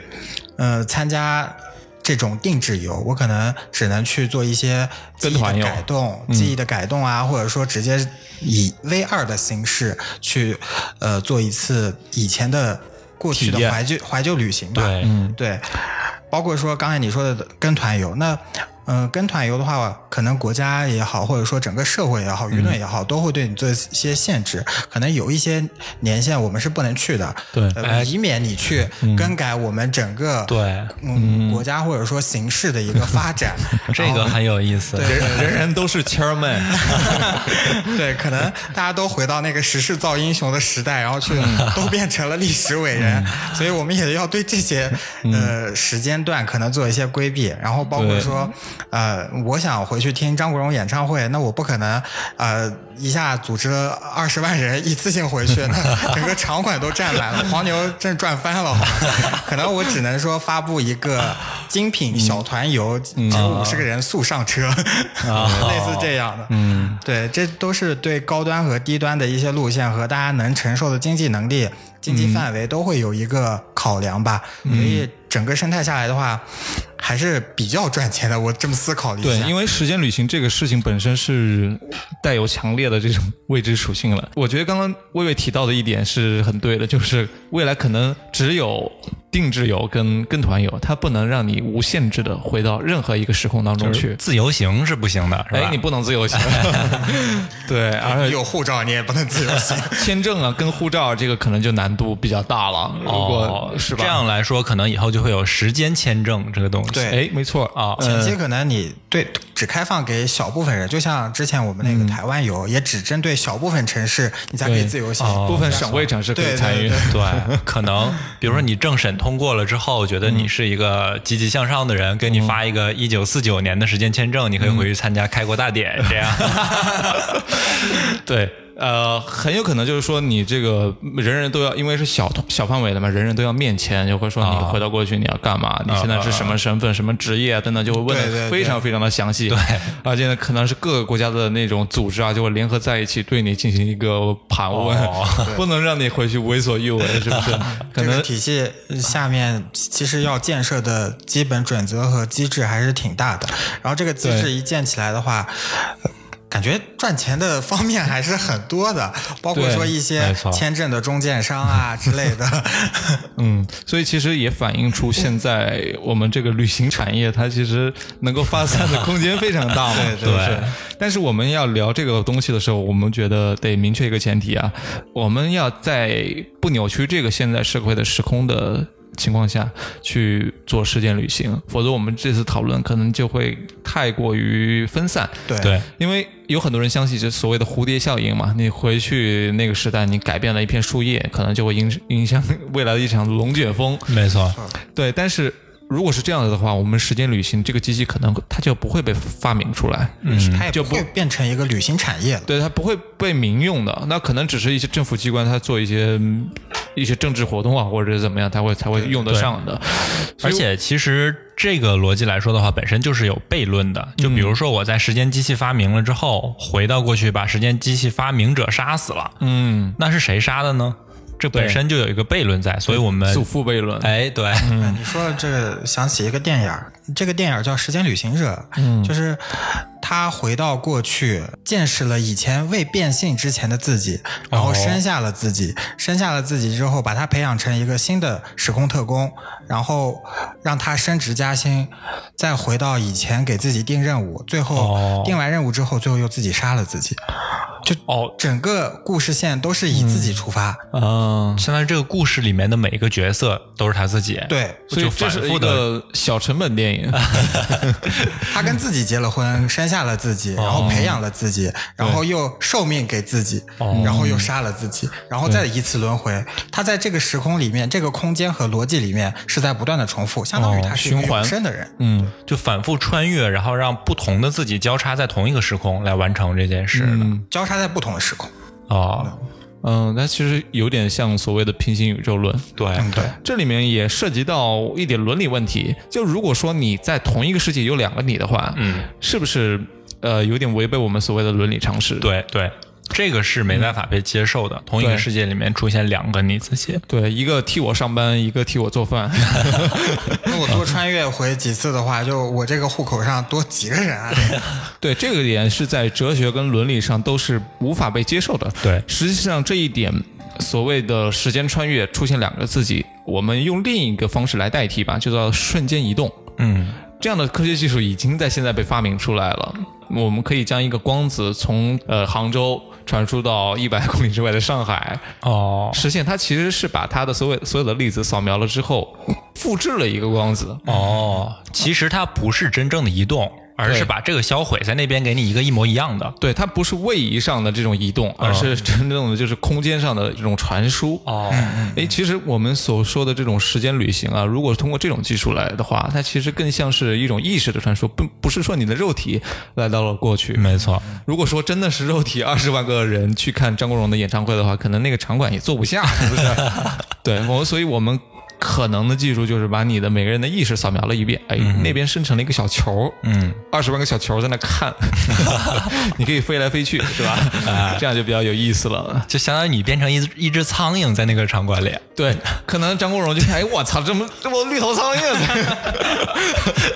S4: 呃，参加。这种定制游，我可能只能去做一些记
S3: 跟
S4: 忆的
S3: 团游
S4: 改动、
S2: 嗯
S4: 记忆的改动啊，或者说直接以 V 二的形式去，呃，做一次以前的过去
S3: 体验
S4: 的怀旧怀旧旅行吧。
S2: 对，
S4: 对，包括说刚才你说的跟团游，那嗯、呃跟团游的话，可能国家也好，或者说整个社会也好，
S2: 嗯
S4: 舆论也好，都会对你做一些限制，可能有一些年限我们是不能去的，
S3: 对
S4: 呃
S2: 哎嗯
S4: 以免你去更改我们整个
S2: 对
S4: 嗯国家或者说形势的一个 发展，
S2: 这个很有意思，
S4: 对
S3: 人人都是 chairman，
S4: 对，可能大家都回到那个时势造英雄的时代，然后去都变成了历史伟人， 所以我们也要对这些呃时间段可能做一些规避，然后包括
S3: 对
S4: 说，呃，我想回去听张国荣演唱会，那我不可能呃一下组织了二十万人一次性回去，那整个场馆都占满了，黄牛真赚翻了， 可能我只能说发布一个精品小团游，只有五十个人速上车， 类似这样的，嗯。 对，这都是对高端和低端的一些路线和大家能承受的经济能力、经
S3: 嗯
S4: 济范围都会有一个考量吧。所以整个生态下来的话，还是比较赚钱的。我这么思考了一
S3: 对
S4: 下，，
S3: 因为时间旅行这个事情本身是带有强烈的这种未知属性了。 我觉得刚刚魏魏提到的一点是很对的，就是未来可能只有定制游跟跟团游，它不能让你无限制的回到任何一个时空当中去。
S2: 自由行 是不行的，是吧？
S3: 哎，你不能自由行，对，而且
S4: 有护照你也不能自由行。
S3: 签证啊跟护照啊这个可能就难度比较大了，如果、
S2: 哦，
S3: 是吧？
S2: 这样来说，可能以后就会有时间签证这个东西。
S4: 对
S3: 哎，没错啊，
S4: 前期可能你对只开放给小部分人，就像之前我们
S3: 嗯
S4: 那个台湾游，也只针对小部分城市，你才可以自由行。
S3: 部分省会城市可以
S4: 哦对
S3: 参与
S4: 对。对
S2: 对，可能比如说你政审通过了之后，觉得你是一个积极向上的人，给你发一个一九四九年的时间签证，你可以回去参加开国大典，这样。
S3: 对，呃，很有可能就是说你这个人人都要，因为是小小范围的嘛，人人都要面前，就会说你
S2: 啊
S3: 回到过去你要干嘛，你现在是什么身份、什么职业啊等等，就会问
S4: 啊对对
S3: 的
S4: 对
S3: 非常非常的详细。对，而且呢，可能是各个国家的那种组织啊，就会联合在一起对你进行一个盘问， 不能让你回去为所欲为，是 不是？可
S4: 哦这个
S3: 能
S4: 体系下面其实要建设的基本准则和机制还是挺大的，然后这个机制
S3: 对
S4: 一建起来的话。呃感觉赚钱的方面还是很多的，包括
S3: 对
S4: 说一些
S2: 没错
S4: 签证的中间商啊之类的。
S3: 嗯，所以其实也反映出现在我们这个旅行产业，它其实能够发散的空间非常大嘛， 对不是？但是我们要聊这个东西的时候，我们觉得得明确一个前提啊，我们要在不扭曲这个现在社会的时空的情况下去做实践旅行，否则我们这次讨论可能就会太过于分散。
S4: 对
S2: 对，
S3: 因为有很多人相信这所谓的蝴蝶效应嘛，你回去那个时代，你改变了一片树叶，可能就会影影响未来的一场龙卷风。
S2: 没错，
S3: 对，但是如果是这样子的话，我们时间旅行这个机器可能它就不会被发明出来，嗯
S4: 它也
S3: 就
S4: 不
S3: 不
S4: 会变成一个旅行产业了。
S3: 对，它不会被民用的，那可能只是一些政府机关它做一些嗯一些政治活动啊，或者是怎么样，它会才会用得上的。
S2: 而且其实这个逻辑来说的话，本身就是有悖论的。就比如说我在时间机器发明了之后，回到过去把时间机器发明者杀死了，
S3: 嗯，
S2: 那是谁杀的呢？这本身就有一个悖论在，所以我们
S3: 祖父悖论，
S2: 哎对，
S4: 你说的这个想起一个电影儿，这个电影儿叫《时间旅行者》，就是他回到过去，见识了以前未变性之前的自己，然后生下了自己，生下了自己之后，把他培养成一个新的时空特工，然后让他升职加薪，再回到以前给自己定任务，最
S2: 哦
S4: 后定完任务之后，最后又自己杀了自己，就
S2: 哦
S4: 整个故事线都是以自己出发，
S3: 嗯。
S2: 相当于这个故事里面的每一个角色都是他自己。
S4: 对
S3: 所以
S2: 就
S3: 这
S2: 反
S3: 是一
S2: 复地
S3: 个小成本电影，
S4: 他跟自己结了婚，生下了自己，然后培养了自己，然后又受命给自己，然后又杀了自己，然后再一次轮回。他在这个时空里面、这个空间和逻辑里面是在不断的重复，相当于他是一个
S3: 循环
S4: 永生的人。
S3: 嗯，
S2: 就反复穿越，然后让不同的自己交叉在同一个时空来完成这件事的。
S4: 交叉在不同的时空，
S2: 哦，
S3: 嗯，它其实有点像所谓的平行宇宙论，
S2: 嗯对，
S4: 嗯对，
S3: 这里面也涉及到一点伦理问题。就如果说你在同一个世界有两个你的话，
S2: 嗯，
S3: 是不是呃有点违背我们所谓的伦理常识？
S2: 对对，这个是没办法被接受的。同一个
S3: 对
S2: 世界里面出现两个你自己，
S3: 对，一个替我上班，一个替我 做饭。
S4: 那我多穿越回几次的话，就我这个户口上多几个人啊？
S3: 对，这个点是在哲学跟伦理上都是无法被接受的。
S2: 对
S3: 实际上这一点，所谓的时间穿越出现两个自己，我们用另一个方式来代替吧，就叫瞬间移动。
S2: 嗯，
S3: 这样的科学技术已经在现在被发明出来了。我们可以将一个光子从呃杭州传输到一百公里之外的上海，
S2: 哦
S3: 实现它其实是把它的所有所有的粒子扫描了之后，复制了一个光子。
S2: 哦，其实它不是真正的移动，而是
S3: 对
S2: 把这个销毁，在那边给你一个一模一样的。
S3: 对，它不是位移上的这种移动，而是真正的就是空间上的这种传输。
S2: 哦，
S3: 诶，其实我们所说的这种时间旅行啊，如果通过这种技术来的话，它其实更像是一种意识的传输，不不是说你的肉体来到了过去。
S2: 没错，
S3: 如果说真的是肉体二十万个人去看张国荣的演唱会的话，可能那个场馆也坐不下，是不是？对，我所以我们可能的技术就是把你的每个人的意识扫描了一遍，哎，那边生成了一个小球，嗯，二十万个小球在那看，你可以飞来飞去，是吧？这样就比较有意思了。
S2: 就相当于你变成一只一只苍蝇在那个场馆里。
S3: 对，可能张国荣就看，哎，我操，这么这么绿头苍蝇，啊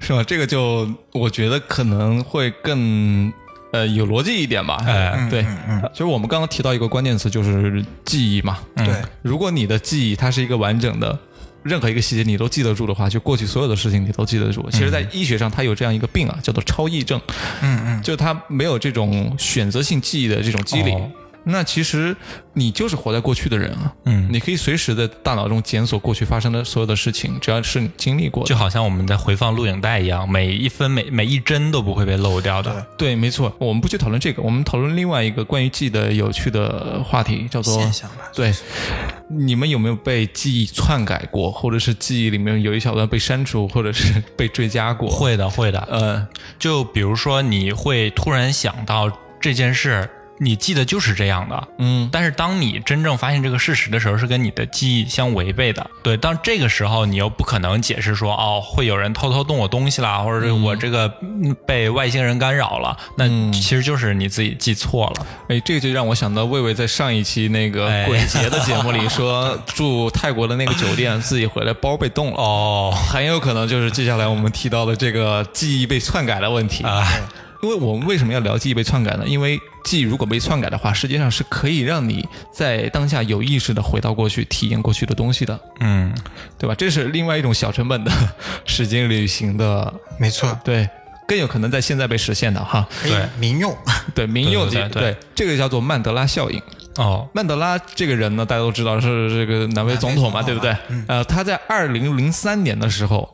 S3: 是吧？这个就我觉得可能会更呃有逻辑一点吧。嗯
S2: 哎，
S3: 对，就是我们刚刚提到一个关键词，就是记忆嘛。
S4: 对，
S3: 如果你的记忆它是一个完整的，任何一个细节你都记得住的话，就过去所有的事情你都记得住。其实，在医学上，它有这样一个病啊，叫做超忆症。嗯嗯，就它没有这种选择性记忆的这种机理。
S2: 哦
S3: 那其实你就是活在过去的人啊，
S2: 嗯
S3: 你可以随时在大脑中检索过去发生的所有的事情，只要是你经历过的
S2: 就。好像我们在回放录影带一样，每一分每每一帧都不会被漏掉的。
S3: 对，没错，我们不去讨论这个，我们讨论另外一个关于记忆的有趣的话题，叫做
S4: 现象吧
S3: 对，你们有没有被记忆篡改过，或者是记忆里面有一小段被删除，或者是 被追加过？，
S2: 会的，会的。
S3: 呃，
S2: 就比如说，你会突然想到这件事你记得就是这样的，
S3: 嗯
S2: 但是当你真正发现这个事实的时候，是跟你的记忆相违背的。对，当这个时候你又不可能解释说，哦，会有人偷偷动我东西啦，或者是我这个嗯被外星人干扰了，那
S3: 嗯
S2: 其实就是你自己记错了。
S3: 哎，这个就让我想到魏魏在上一期那个
S2: 哎
S3: 鬼节的节目 里说，住泰国的那个酒店，自己回来包被冻了。哦，很有可能就是接下来我们提到的这个记忆被篡改的问题啊。因为我们为什么要聊记忆被篡改呢？因为记忆如果被篡改的话，实际上是可以让你在当下有意识的回到过去，体验过去的东西的，
S2: 嗯，
S3: 对吧？这是另外一种小成本的 时间旅行的，
S4: 没错，
S3: 对，更有可能在现在被实现的哈。
S4: 可以民用。
S3: 对，民用
S2: 对对对对
S3: 这个叫做曼德拉效应。
S2: 哦，
S3: 曼德拉这个人呢，大家都知道是这个南非总统嘛，
S4: 南非总统啊
S3: 对不对？呃，他在二零零三年的时候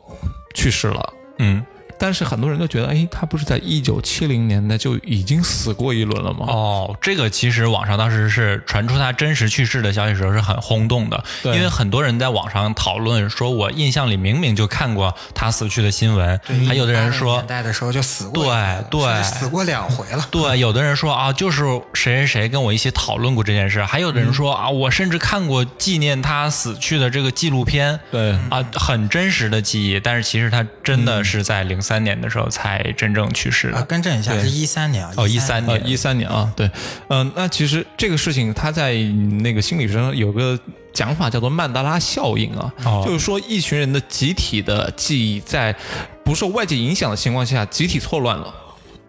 S3: 去世了，
S2: 嗯，
S3: 但是很多人都觉得，哎，他不是在一九七零年代就已经死过一轮了吗？
S2: 哦，这个其实网上当时是传出他真实去世的消息时候是很轰动的，因
S3: 对
S2: 为很多人在网上讨论说，我印象里明明就看过他死去的新闻，还有的人
S4: 80
S2: 说
S4: 年。代的时候就死过
S2: 对
S4: 一个，
S2: 对
S4: 甚至死过两回了。
S2: 对，有的人说啊，就是谁谁谁跟我一起讨论过这件事，还有的人说、啊，我甚至看过纪念他死去的这个纪录片，
S3: 对
S2: 啊，很真实的记忆，但是其实他真的是在零三年的时候才真正去世
S4: 啊，
S2: 的。
S4: 更正一下，
S3: 对
S4: 是一三年啊，
S2: 哦，一
S4: 13
S2: 三
S3: 呃，
S2: 年，
S3: 一三年啊，对，嗯、那其实这个事情，它在那个心理学上有个讲法叫做曼德拉效应啊，
S2: 哦
S3: 就是说一群人的集体的记忆在不受外界影响的情况下，集体错乱了。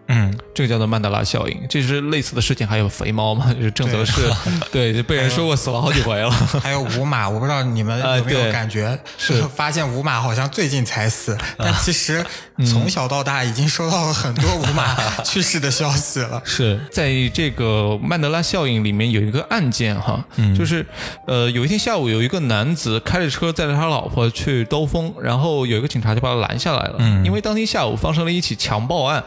S2: 嗯，
S3: 这个叫做曼德拉效应，这是类似的事情，还有肥猫嘛，就是郑则仕， 对，就被人说过死了好几回了。
S4: 还有五马，我不知道你们
S3: 呃
S4: 有没有
S3: 对
S4: 感觉，
S3: 是 啊
S4: 发现五马好像最近才死，但其实
S3: 嗯
S4: 从小到大已经收到了很多五 马去世的消息了。
S3: 是在这个曼德拉效应里面有一个案件哈，
S4: 嗯
S3: 就是呃有一天下午有一个男子开着车载着他老婆去兜风，然后有一个警察就把他拦下来了，
S4: 嗯
S3: 因为当天下午发生了一起强暴案。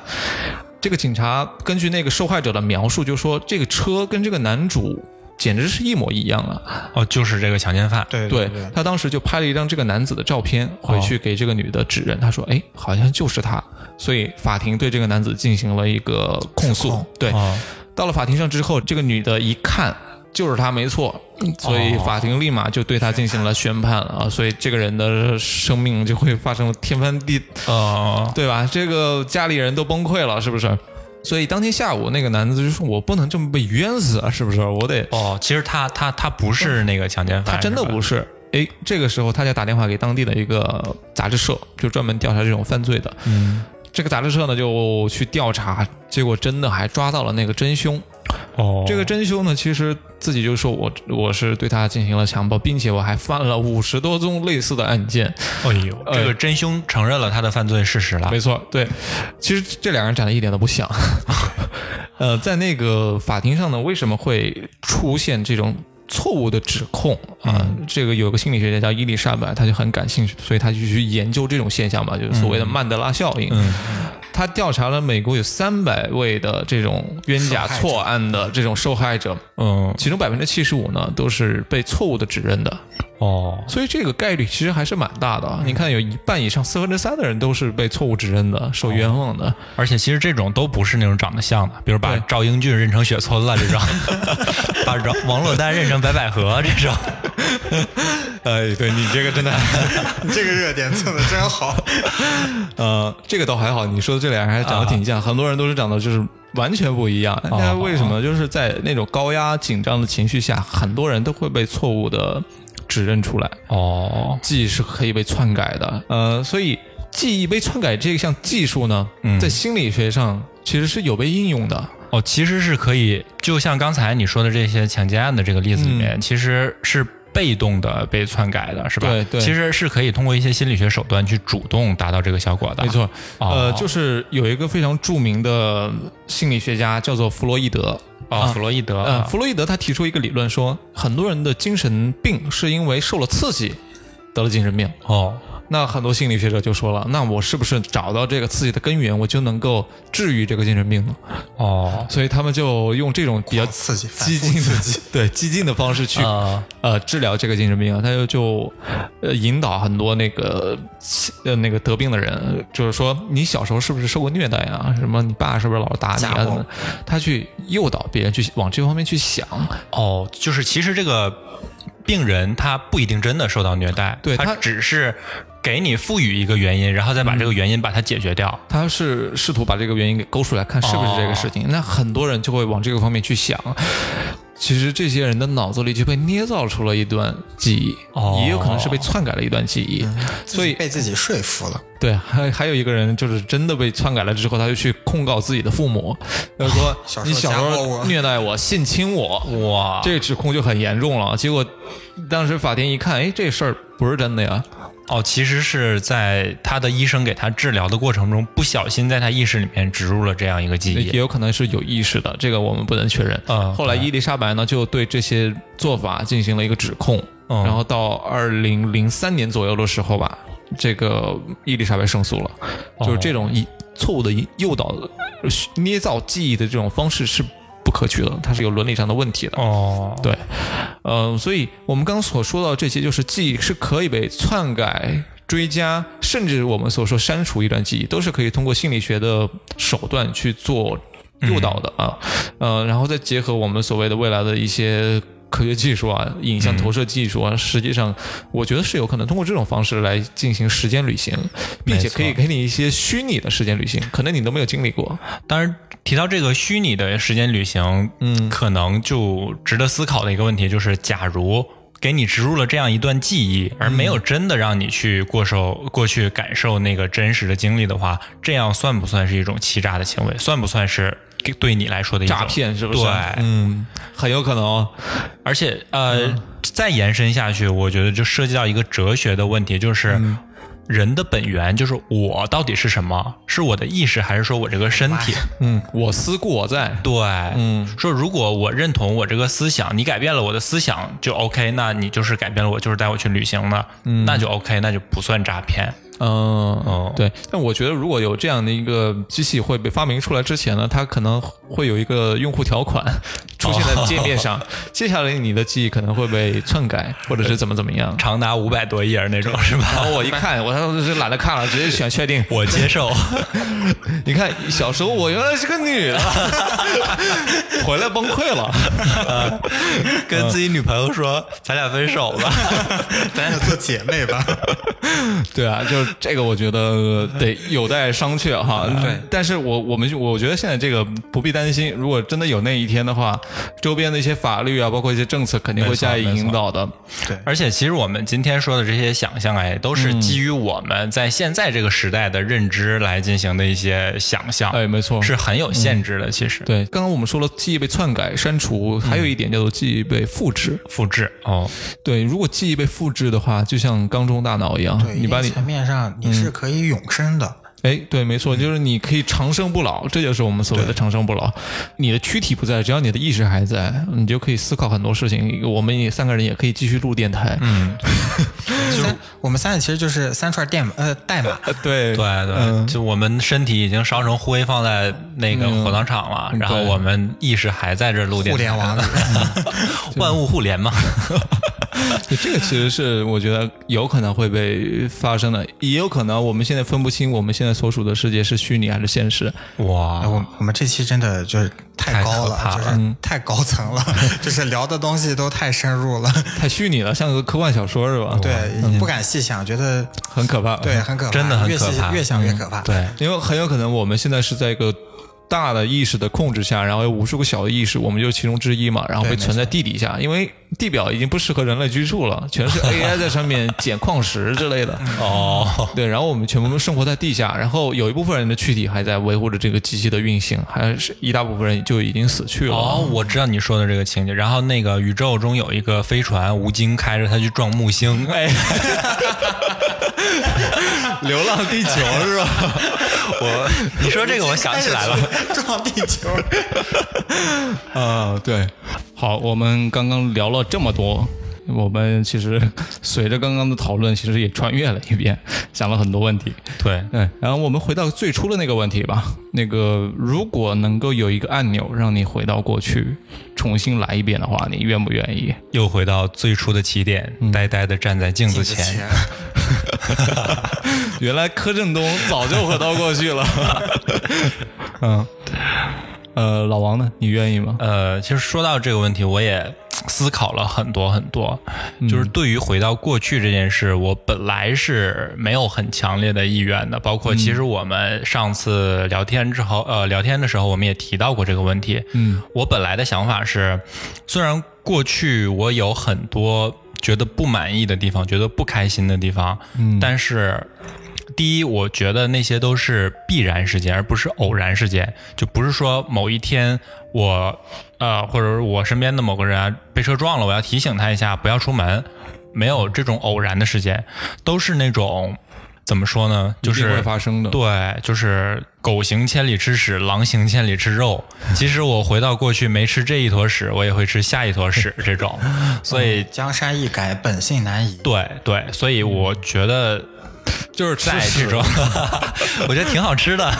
S3: 这个警察根据那个受害者的描述，就说这个车跟这个男主简直是一模一样啊！
S2: 哦，就是这个强奸犯，
S4: 对
S3: 对
S4: 对，哦
S3: 他当时就拍了一张这个男子的照片回去给这个女的指认，他说：“哎，好像就是他。”所以法庭对这个男子进行了一个控诉。
S4: 指控
S3: 对，
S2: 哦
S3: 到了法庭上之后，这个女的一看就是他没错，所以法庭立马就对他进行了宣判啊，所以这个人的生命就会发生天翻地
S2: 哦，
S3: 对吧？这个家里人都崩溃了，是不是？所以当天下午，那个男子就说：“我不能这么被冤死啊，是不是？我得
S2: 哦，其实他他他不是那个强奸犯，
S3: 他真的
S2: 吧
S3: 不是。哎，这个时候他就打电话给当地的一个杂志社，就专门调查这种犯罪的。嗯，这个杂志社呢就去调查，结果真的还抓到了那个真凶。
S2: 哦，
S3: 这个真凶呢，其实自己就说我我是对他进行了强暴，并且我还犯了五十多宗类似的案件。
S2: 哎呦，这个真凶承认了他的犯罪事实了
S3: 没。错，呃对，其实这两个人长得一点都 不像。呃，在那个法庭上呢，为什么会出现这种错误的指控啊、
S2: 嗯
S3: 这个有个心理学家叫伊丽莎白，他就很感兴趣，所以他就去研究这种现象嘛，就是所谓的曼德拉效应。
S2: 嗯
S3: 他调查了美国有三百位的这种冤假错案的这种受害者，
S2: 嗯，
S3: 其中百分之七十五呢都是被错误的指认的。
S2: 哦，
S3: 所以这个概率其实还是蛮大的啊。你看，有一半以上，四分之三的人都是被错误指认的，受冤枉的。
S2: 而且其实这种都不是那种长得像的，比如把
S3: 对
S2: 赵英俊认成雪村了这 种，把赵王珞丹认成白百合这种，
S3: 哎，对你这个真的，
S4: 这个热点蹭的真好。
S3: 呃，这个倒还好。你说的这两个人还长得挺像，很多人都是长得就是完全不一样。那为什么？就是在那种高压紧张的情绪下，很多人都会被错误的指认出来。
S2: 哦，
S3: 记忆是可以被篡改的。呃，所以记忆被篡改这项技术呢，在心理学上其实是有被应用的。
S2: 哦，其实是可以，就像刚才你说的这些强奸案的这个例子里
S3: 嗯
S2: 面，其实是被动的被篡改的，是吧？
S3: 对对
S2: 其实是可以通过一些心理学手段去主动达到这个效果的。
S3: 没，错，
S2: 哦
S4: 啊
S3: 呃，就是有一个非常著名的心理学家叫做弗洛伊德。
S2: 哦，
S3: 啊
S2: 弗洛伊德，
S3: 呃，弗洛伊德他提出一个理论说，很多人的精神病是因为受了刺激得了精神病。
S2: 哦，
S3: 那很多心理学者就说了，那我是不是找到这个刺激的根源，我就能够治愈这个精神病呢？
S2: 哦，
S3: 所以他们就用这种比较
S4: 狂刺激反复
S3: 激进的
S4: 刺激
S3: 对激进的方式去、
S2: 啊
S3: 呃治疗这个精神病啊，他就就呃引导很多那个呃那个得病的人，就是说你小时候是不是受过虐待啊？什么你爸是不是老是打你
S4: 家暴
S3: 啊？怎么他去诱导别人去往这方面去想，
S2: 哦，就是其实这个病人他不一定真的受到虐待，
S3: 对
S2: 他
S3: 他嗯
S2: 只是给你赋予一个原因，然后再把这个原因把它解决掉。
S3: 他是试图把这个原因给勾出来，看是不是这个事情。那很多人就会往这个方面去想。其实这些人的脑子里就被捏造出了一段记忆，
S2: 哦
S3: 也有可能是被篡改了一段记忆， 所以
S4: 被自己说服了，
S3: 对，还还有一个人就是真的被篡改了之后，他就去控告自己的父母，他说
S4: 小时候
S3: 你小时
S4: 家暴
S3: 候
S4: 我啊
S3: 虐待我、性侵我，
S2: 哇，
S3: 这个指控就很严重了。结果当时法庭一看，哎，这事儿不是真的呀，
S2: 哦，其实是在他的医生给他治疗的过程中，不小心在他意识里面植入了这样一个记
S3: 也
S2: 忆。
S3: 有可能是有意识的，这个我们不能确认。
S4: 啊
S2: 嗯
S3: 后来伊丽莎白呢就对这些做法进行了一个指控，
S2: 嗯
S3: 然后到二零零三年左右的时候吧，这个伊丽莎白胜诉了，就是这种以错误的引诱导、呃捏造记忆的这种方式是不可取的，它是有伦理上的问题的。
S2: 哦，
S3: 对，呃，所以我们刚刚所说到这些，就是记忆是可以被篡改、追加，甚至我们所说删除一段记忆，都是可以通过心理学的手段去做诱导的啊。呃，然后再结合我们所谓的未来的一些。科学技术啊，影像投射技术啊，实际上我觉得是有可能通过这种方式来进行时间旅行，并且可以
S2: 没
S3: 给你一些虚拟的时间旅行，可能你都没有经历过。
S2: 当然，提到这个虚拟的时间旅行，嗯，可能就值得思考的一个问题就是，假如给你植入了这样一段记忆，而没
S3: 嗯
S2: 有真的让你去过受过去感受那个真实的经历的话，这样算不算是一种欺诈的行为？算不算是给对你来说的一种
S3: 诈骗是不是
S2: 对，
S3: 嗯，很有可能哦。
S2: 而且呃，再延伸下去，我觉得就涉及到一个哲学的问题，就是。人的本源就是我到底是什么？是我的意识，还是说我这个身体？
S3: 嗯，我思故我在。
S2: 对，嗯，说如果我认同我这个思想，你改变了我的思想就 OK，那你就是改变了我，就是带我去旅行的，那就 OK，那就不算诈骗。
S3: 嗯，
S2: 哦
S3: 对。但我觉得，如果有这样的一个机器会被发明出来之前呢，它可能会有一个用户条款 出现在界面上，接下来你的记忆可能会被篡改，或者是怎么怎么样。
S2: 长达五百多页儿那种是
S3: 然
S2: 吧？
S3: 后我一看，我当时就懒得看了，直接选确定。
S2: 我接受，
S3: 你看，小时候我原来是个女的， 回来崩溃了。
S2: 跟自己女朋友 说，咱俩分手 吧。
S4: 咱俩做姐妹吧。
S3: 对啊，就是这个，我觉得得有待商榷哈。对，但是我我们我觉得现在这个不必担心，如果真的有那一天的话，周边的一些法律啊，包括一些政策，肯定会加以引导的。
S2: 而且，其实我们今天说的这些想象，哎，都是基于我们在现在这个时代的认知来进行的一些想象，
S3: 哎，没错，
S2: 是很有限制的。其实，，
S3: 对。刚刚我们说了，记忆被篡改、删除，还有一点叫做记忆被复制。
S2: 复制哦，
S3: 对，如果记忆被复制的话，就像缸中大脑一样， 你把
S4: 一
S3: 你嗯
S4: 定层面上你是可以永生的，
S3: 哎，对，没错，就是你可以长生不老，这就是我们所谓的长生不老。你的躯体不在，只要你的意识还在，你就可以思考很多事情。我们也三个人也可以继续录电台。嗯，
S4: 三我们三个其实就是三串电码呃 代码，
S3: 对
S2: 对对，就我们身体已经烧成灰放在那个火葬场了，然后
S3: 对
S2: 我们意识还在这录电
S4: 互
S2: 台
S4: 联网里，
S3: 嗯
S2: 万物互联嘛。
S3: 对这个其实是我觉得有可能会被发生的，也有可能我们现在分不清我们现在所处的世界是虚拟还是现实。
S4: 哎 我
S2: 哇，
S4: 我们这期真的就是太高了，
S2: 太可怕
S4: 就
S2: 了
S4: 是太高层了，
S3: 嗯
S4: 就是聊的东西都太深入了，
S3: 太虚拟了，像个科幻小说是吧？，
S4: 对，不敢细想，觉得
S3: 很可怕。
S4: 对，很可怕，
S2: 呃真的很
S4: 越
S2: 可
S4: 细
S2: 怕嗯
S4: 越想越可怕。
S2: 对，
S3: 因为很有可能我们现在是在一个大的意识的控制下，然后有无数个小的意识，我们就是其中之一嘛，然后被
S4: 对没
S3: 存在地底下，因为地表已经不适合人类居住了，全是 AI 在上面捡矿石之类 的。
S2: 哦，
S3: 对，然后我们全部都生活在地下，然后有一部分人的躯体还在维护着这个机器的运行，还是一大部分人就已经死去了。
S2: 哦，我知道你说的这个情节。然后那个宇宙中有一个飞船，吴京开着它去撞木星，哎，
S3: 流浪地球是吧？
S2: 我你说这个我想起来了，
S4: 撞地 球，
S3: 啊、对。
S6: 好，我们刚刚聊了这么多，
S3: 我们其实 随着刚刚的讨论，其实也穿越了一遍，想了很多问题。
S2: 对，
S3: 对，然后我们回到最初的那个问题吧。那个，如果能够有一个按钮让你回到过去，重新来一遍的话，你愿不愿意？
S2: 又回到最初的起点，
S3: 嗯
S2: 呆呆的站在镜子前。
S4: 前
S3: 原来柯震东早就回到过去 了。嗯，呃，老王呢？你愿意吗？
S2: 呃，其实说到这个问题，我也思考了很多很多。就是对于回到过去这件事，我本来是没有很强烈的意愿的。包括其实我们上次聊天之后，呃，聊天的时候我们也提到过这个问题。嗯，我本来的想法是，虽然过去我有很多觉得不满意的地方，觉得不开心的地方，嗯，但是。第一，我觉得那些都是必然事件，而不是偶然事件，就不是说某一天我，呃，或者是我身边的某个人啊被车撞了，我要提醒他一下不要出门，没有这种偶然的事件，都是那种怎么说呢，就
S3: 一定
S2: 是
S3: 会发
S2: 嗯
S3: 生的。
S2: 对，就是狗行千里吃屎，狼行千里吃 肉。其实我回到过去没吃这一坨屎，我也会吃下一坨屎这 种，所以。
S4: 江山易改，本性难移。
S2: 对对，所以我觉得
S3: 就是
S2: 在这种， 我觉得挺好吃 的。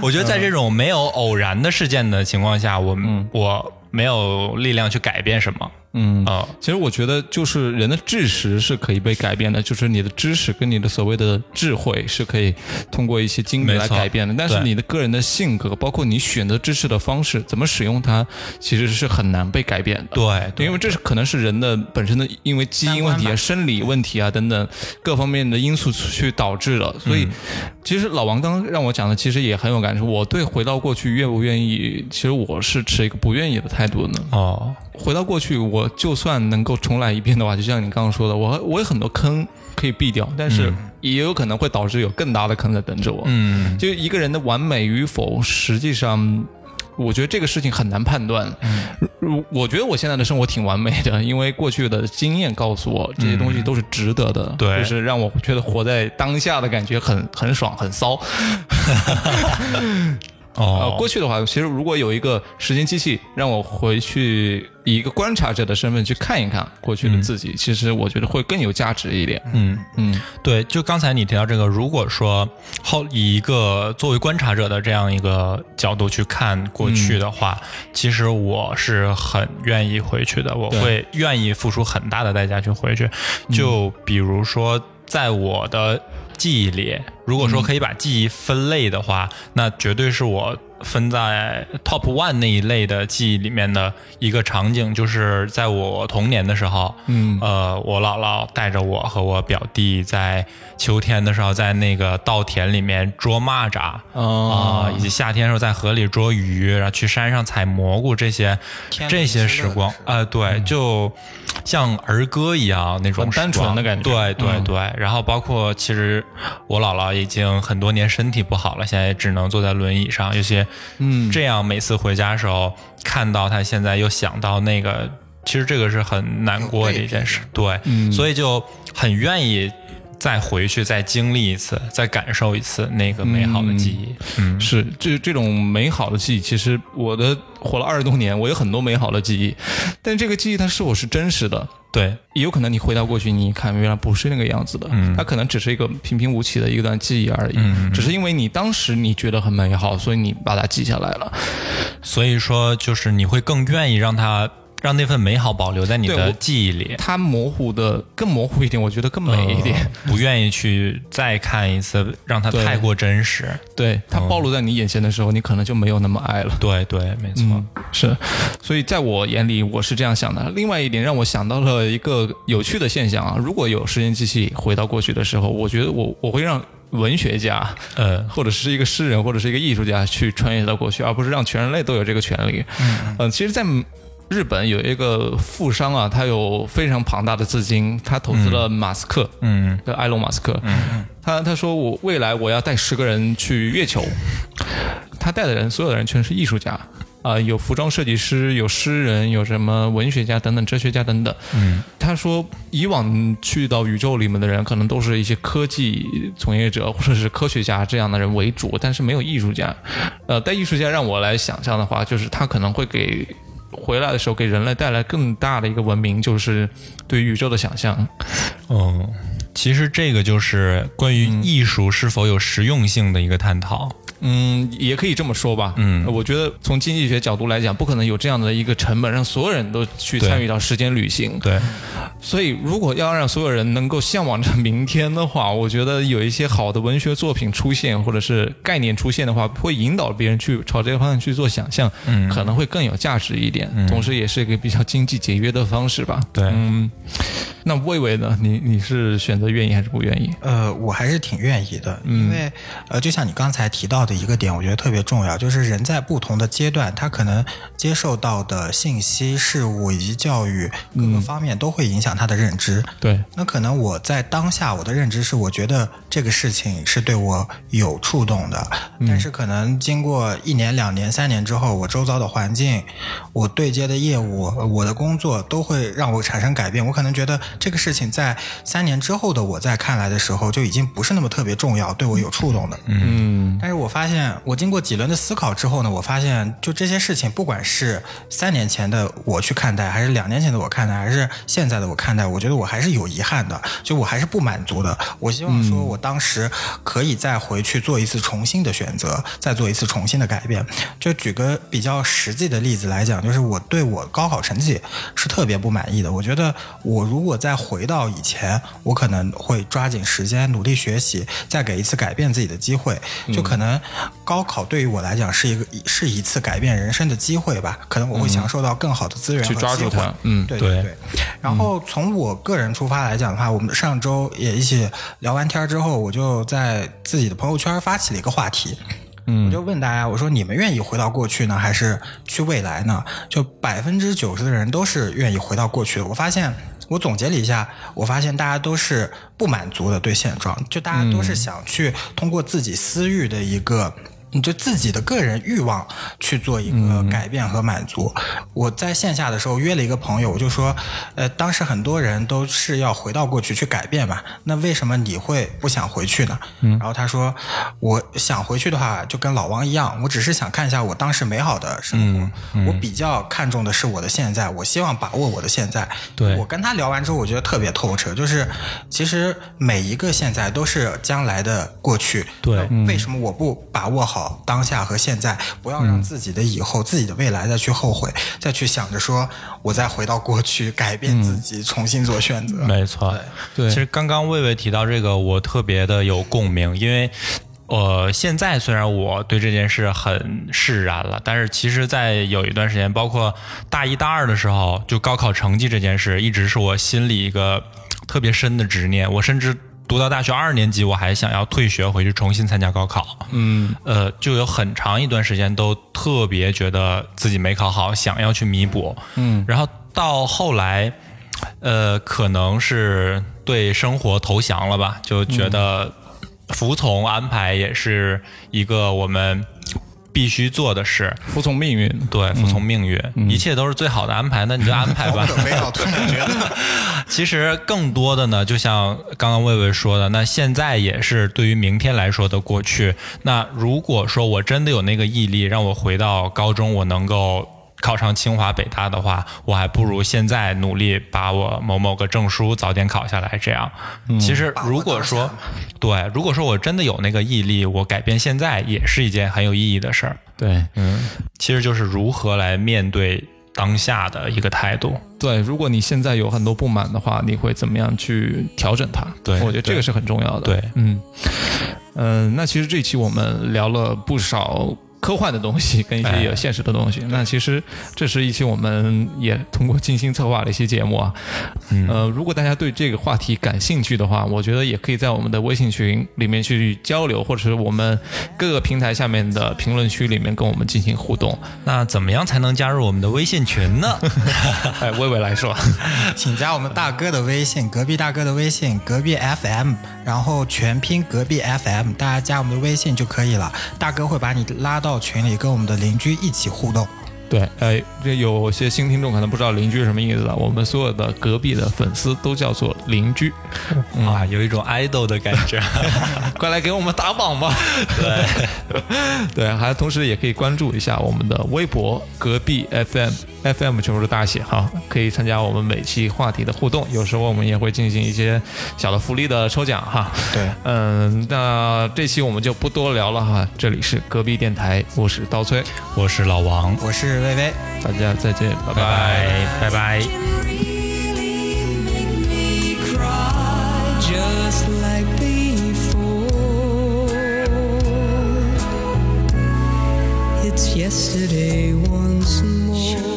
S2: 我觉得在这种没有偶然的事件的情况下，我、我没有力量去改变什么。嗯啊、
S3: 其实我觉得，就是人的知识是可以被改变的，就是你的知识跟你的所谓的智慧是可以通过一些经历
S2: 没
S3: 来
S2: 错
S3: 改变的。但是
S2: 对
S3: 你的个人的性格，包括你选择知识的方式，怎么使用它，其实是很难被改变的。
S2: 对对
S3: 因为这是可能是人的本身的，因为基因问题啊、生理问题啊等等各方面的因素去导致的。所以，其实老王刚刚让我讲的，其实也很有感触。我对回到过去愿不愿意，其实我是持一个不愿意的态度呢。
S2: 哦，
S3: 回到过去，我就算能够重来一遍的话，就像你刚刚说的，我我有很多坑可以避掉，但是也有可能会导致有更大的坑在等着我。
S2: 嗯，
S3: 就一个人的完美与否，实际上。我觉得这个事情很难判断。
S2: 嗯
S3: 如我觉得我现在的生活挺完美的，因为过去的经验告诉我这些东西都是值得的，
S2: 嗯对
S3: 就是让我觉得活在当下的感觉很很爽，很骚。呃
S2: 哦，，
S3: 过去的话，其实如果有一个时间机器，让我回去以一个观察者的身份去看一看过去的自己，其实我觉得会更有价值一点。
S2: 嗯，
S3: 嗯，
S2: 对，就刚才你提到这个，如果说后以一个作为观察者的这样一个角度去看过去的
S3: 嗯
S2: 话，其实我是很愿意回去的，我
S3: 对嗯
S2: 会愿意付出很大的代价去回去。就比如说，在我的记忆里，如果
S3: 嗯
S2: 说可以把记忆分类的话，那绝对是我。分在 top one 那一类的记忆里面的一个场景，就是在我童年的时候，
S3: 嗯
S2: 呃，我姥姥带着我和我表弟在秋天的时候，在那个稻田里面捉蚂蚱啊、
S3: 哦
S2: 以及夏天的时候在河里捉鱼，然后去山上采蘑菇这些
S4: 天
S2: 这
S4: 伦
S2: 些
S4: 之
S2: 时
S4: 乐
S2: 光，呃，对，就像儿歌一样那种
S3: 嗯很单
S2: 时光
S3: 纯的感觉
S2: 对对
S3: 嗯
S2: 对，然后包括其实我姥姥已经很多年身体不好了，现在只能坐在轮椅上，有些
S3: 嗯
S2: 这样每次回家的时候看到她，现在又想到那个。其实这个是很难过的一件事，对，
S3: 嗯
S2: 所以就很愿意再回去，再经历一次，再感受一次那个美好的记忆。嗯，
S3: 是这这种美好的记忆，其实我的活了二十多年，我有很多美好的记忆，但这个记忆它是否是真实的？
S2: 对，
S3: 也有可能你回到过去，你一看原来不是那个样子的，
S2: 嗯
S3: 它可能只是一个平平无奇的一段记忆而已，
S2: 嗯嗯嗯
S3: 只是因为你当时你觉得很美好，所以你把它记下来了。
S2: 所以说就是你会更愿意让它让那份美好保留在你
S3: 对我
S2: 的记忆里，
S3: 它模糊的更模糊一点，我觉得更美一点。
S2: 呃，不愿意去再看一次，让它
S3: 对
S2: 太过真实。
S3: 对，它暴露在你眼前的时候，你可能就没有那么爱了。
S2: 对对，没错。
S3: 嗯，是，所以在我眼里，我是这样想的。另外一点让我想到了一个有趣的现象啊，如果有时间机器回到过去的时候，我觉得我我会让文学家，
S2: 呃
S3: 或者是一个诗人，或者是一个艺术家去穿越到过去，而不是让全人类都有这个权利。嗯、其实，在日本有一个富商啊，他有非常庞大的资金，他投资了马斯克，
S2: 嗯
S3: 的埃隆·马斯克，他他说我未来我要带十个人去月球，他带的人所有的人全是艺术家，啊、有服装设计师，有诗人，有什么文学家等等，哲学家等等。嗯，他说以往去到宇宙里面的人，可能都是一些科技从业者或者是科学家这样的人为主，但是没有艺术家。呃，但艺术家让我来想象的话，就是他可能会给回来的时候给人类带来更大的一个文明，就是对宇宙的想象。
S2: 嗯，其实这个就是关于艺术是否有实用性的一个探讨。
S3: 嗯，也可以这么说吧。
S2: 嗯
S3: 我觉得从经济学角度来讲，不可能有这样的一个成本让所有人都去参与到时间旅行。
S2: 对，
S3: 所以，如果要让所有人能够向往着明天的话，我觉得有一些好的文学作品出现，或者是概念出现的话，会引导别人去朝这个方向去做想象，
S2: 嗯
S3: 可能会更有价值一点。同时，也是一个比较经济节约的方式吧。
S2: 对
S3: 嗯，那魏魏呢？你你是选择愿意还是不愿意？
S4: 呃，我还是挺愿意的，
S2: 嗯
S4: 因为、呃，就像你刚才提到的一个点，我觉得特别重要，就是人在不同的阶段，他可能接受到的信息、事物以及教育各
S2: 嗯
S4: 个方面都会影响他的认知。
S3: 对，
S4: 那可能我在当下我的认知是，我觉得这个事情是对我有触动的，但是可能经过一年、两年、三年之后，我周遭的环境、我对接的业务、呃我的工作都会让我产生改变。我可能觉得这个事情在三年之后的我在看来的时候，就已经不是那么特别重要，对我有触动的。
S3: 嗯
S4: 但是我发现，我经过几轮的思考之后呢，我发现就这些事情，不管是三年前的我去看待，还是两年前的我看待，还是现在的我看待，我觉得我还是有遗憾的，就我还是不满足的。我希望说我当时可以再回去做一次重新的选择，再做一次重新的改变。就举个比较实际的例子来讲，就是我对我高考成绩是特别不满意的。我觉得我如果再回到以前，我可能会抓紧时间努力学习，再给一次改变自己的机会。
S3: 嗯
S4: 就可能高考对于我来讲是一个是一次改变人生的机会吧，可能我会享受到更好的资源和
S3: 去抓住
S4: 机会
S3: 它嗯
S4: 对
S2: 对
S4: 对对。然后从我个人出发来讲的话，我们上周也一起聊完天儿之后，我就在自己的朋友圈发起了一个话题。我就问大家，我说你们愿意回到过去呢，还是去未来呢？就百分之九十的人都是愿意回到过去的。我发现，我总结了一下，我发现大家都是不满足的对现状，就大家都是想去通过自己私欲的一个。你就自己的个人欲望去做一个改变和满足。我在线下的时候约了一个朋友，我就说，呃，当时很多人都是要回到过去去改变嘛，那为什么你会不想回去呢？
S2: 嗯
S4: 然后他说，我想回去的话，就跟老王一样，我只是想看一下我当时美好的生
S2: 嗯
S4: 活。我比较看重的是我的现在，我希望把握我的现在。
S2: 对
S4: 我跟他聊完之后，我觉得特别透彻，就是其实每一个现在都是将来的过去。
S2: 对
S4: 那为什么我不把握好当下和现在，不要让自己的以后、自己的未来再去后悔，再去想着说我再回到过去改变自己，重新做选择？
S2: 没错，
S3: 对
S2: 其实刚刚魏魏提到这个，我特别的有共鸣，因为。呃，现在虽然我对这件事很释然了，但是其实，在有一段时间，包括大一、大二的时候，就高考成绩这件事，一直是我心里一个特别深的执念。我甚至读到大学二年级，我还想要退学回去重新参加高考。嗯，呃，就有很长一段时间都特别觉得自己没考好，想要去弥补。嗯，然后到后来，呃，可能是对生活投降了吧，就觉得服从安排也是一个我们必须做的事。
S3: 服从命运。
S2: 对，服从命运，一切都是最好的安排，那你就安排 吧。
S4: 美好突然觉得，
S2: 其实更多的呢，就像刚刚魏魏说的，那现在也是对于明天来说的过去。那如果说我真的有那个毅力，让我回到高中，我能够。考上清华北大的话，我还不如现在努力把我某某个证书早点考下来。这样，其实如果说，对，如果说我真的有那个毅力，我改变现在也是一件很有意义的事儿。
S3: 对，
S2: 其实就是如何来面对当下的一个态度。
S3: 对，如果你现在有很多不满的话，你会怎么样去调整它？
S2: 对
S3: 我觉得这
S2: 对
S3: 个是很重要的。
S2: 对
S3: 嗯，嗯、那其实这期我们聊了不少。科幻的东西跟一些
S2: 哎
S3: 有现实的东西，那其实这是一期我们也通过精心策划的一期节目啊。
S2: 嗯
S3: 呃，如果大家对这个话题感兴趣的话，我觉得也可以在我们的微信群里面去交流，或者是我们各个平台下面的评论区里面跟我们进行互动。
S2: 那怎么样才能加入我们的微信群呢？
S3: 哎，魏魏来说，
S4: 请加我们大哥的微信，隔壁大哥的微信，隔壁 FM，然后全拼隔壁 FM，大家加我们的微信就可以了。大哥会把你拉到群里，跟我们的邻居一起互动。
S3: 对，哎，这有些新听众可能不知道邻居是什么意思了。啊我们所有的隔壁的粉丝都叫做邻居，
S2: 啊，有一种 idol 的感觉。
S3: 快来给我们打榜吧！对，对，还同时也可以关注一下我们的微博“隔壁 FM”， FM 全部是大写哈，可以参加我们每期话题的互动，有时候我们也会进行一些小的福利的抽奖哈。
S4: 对
S3: 嗯，那这期我们就不多聊了哈，这里是隔壁电台，我是刀崔，
S2: 我是老王，
S4: 我是薇薇。
S3: 大家再见，拜
S2: 拜拜拜拜。
S1: can really make me cry just like before. It's yesterday once more.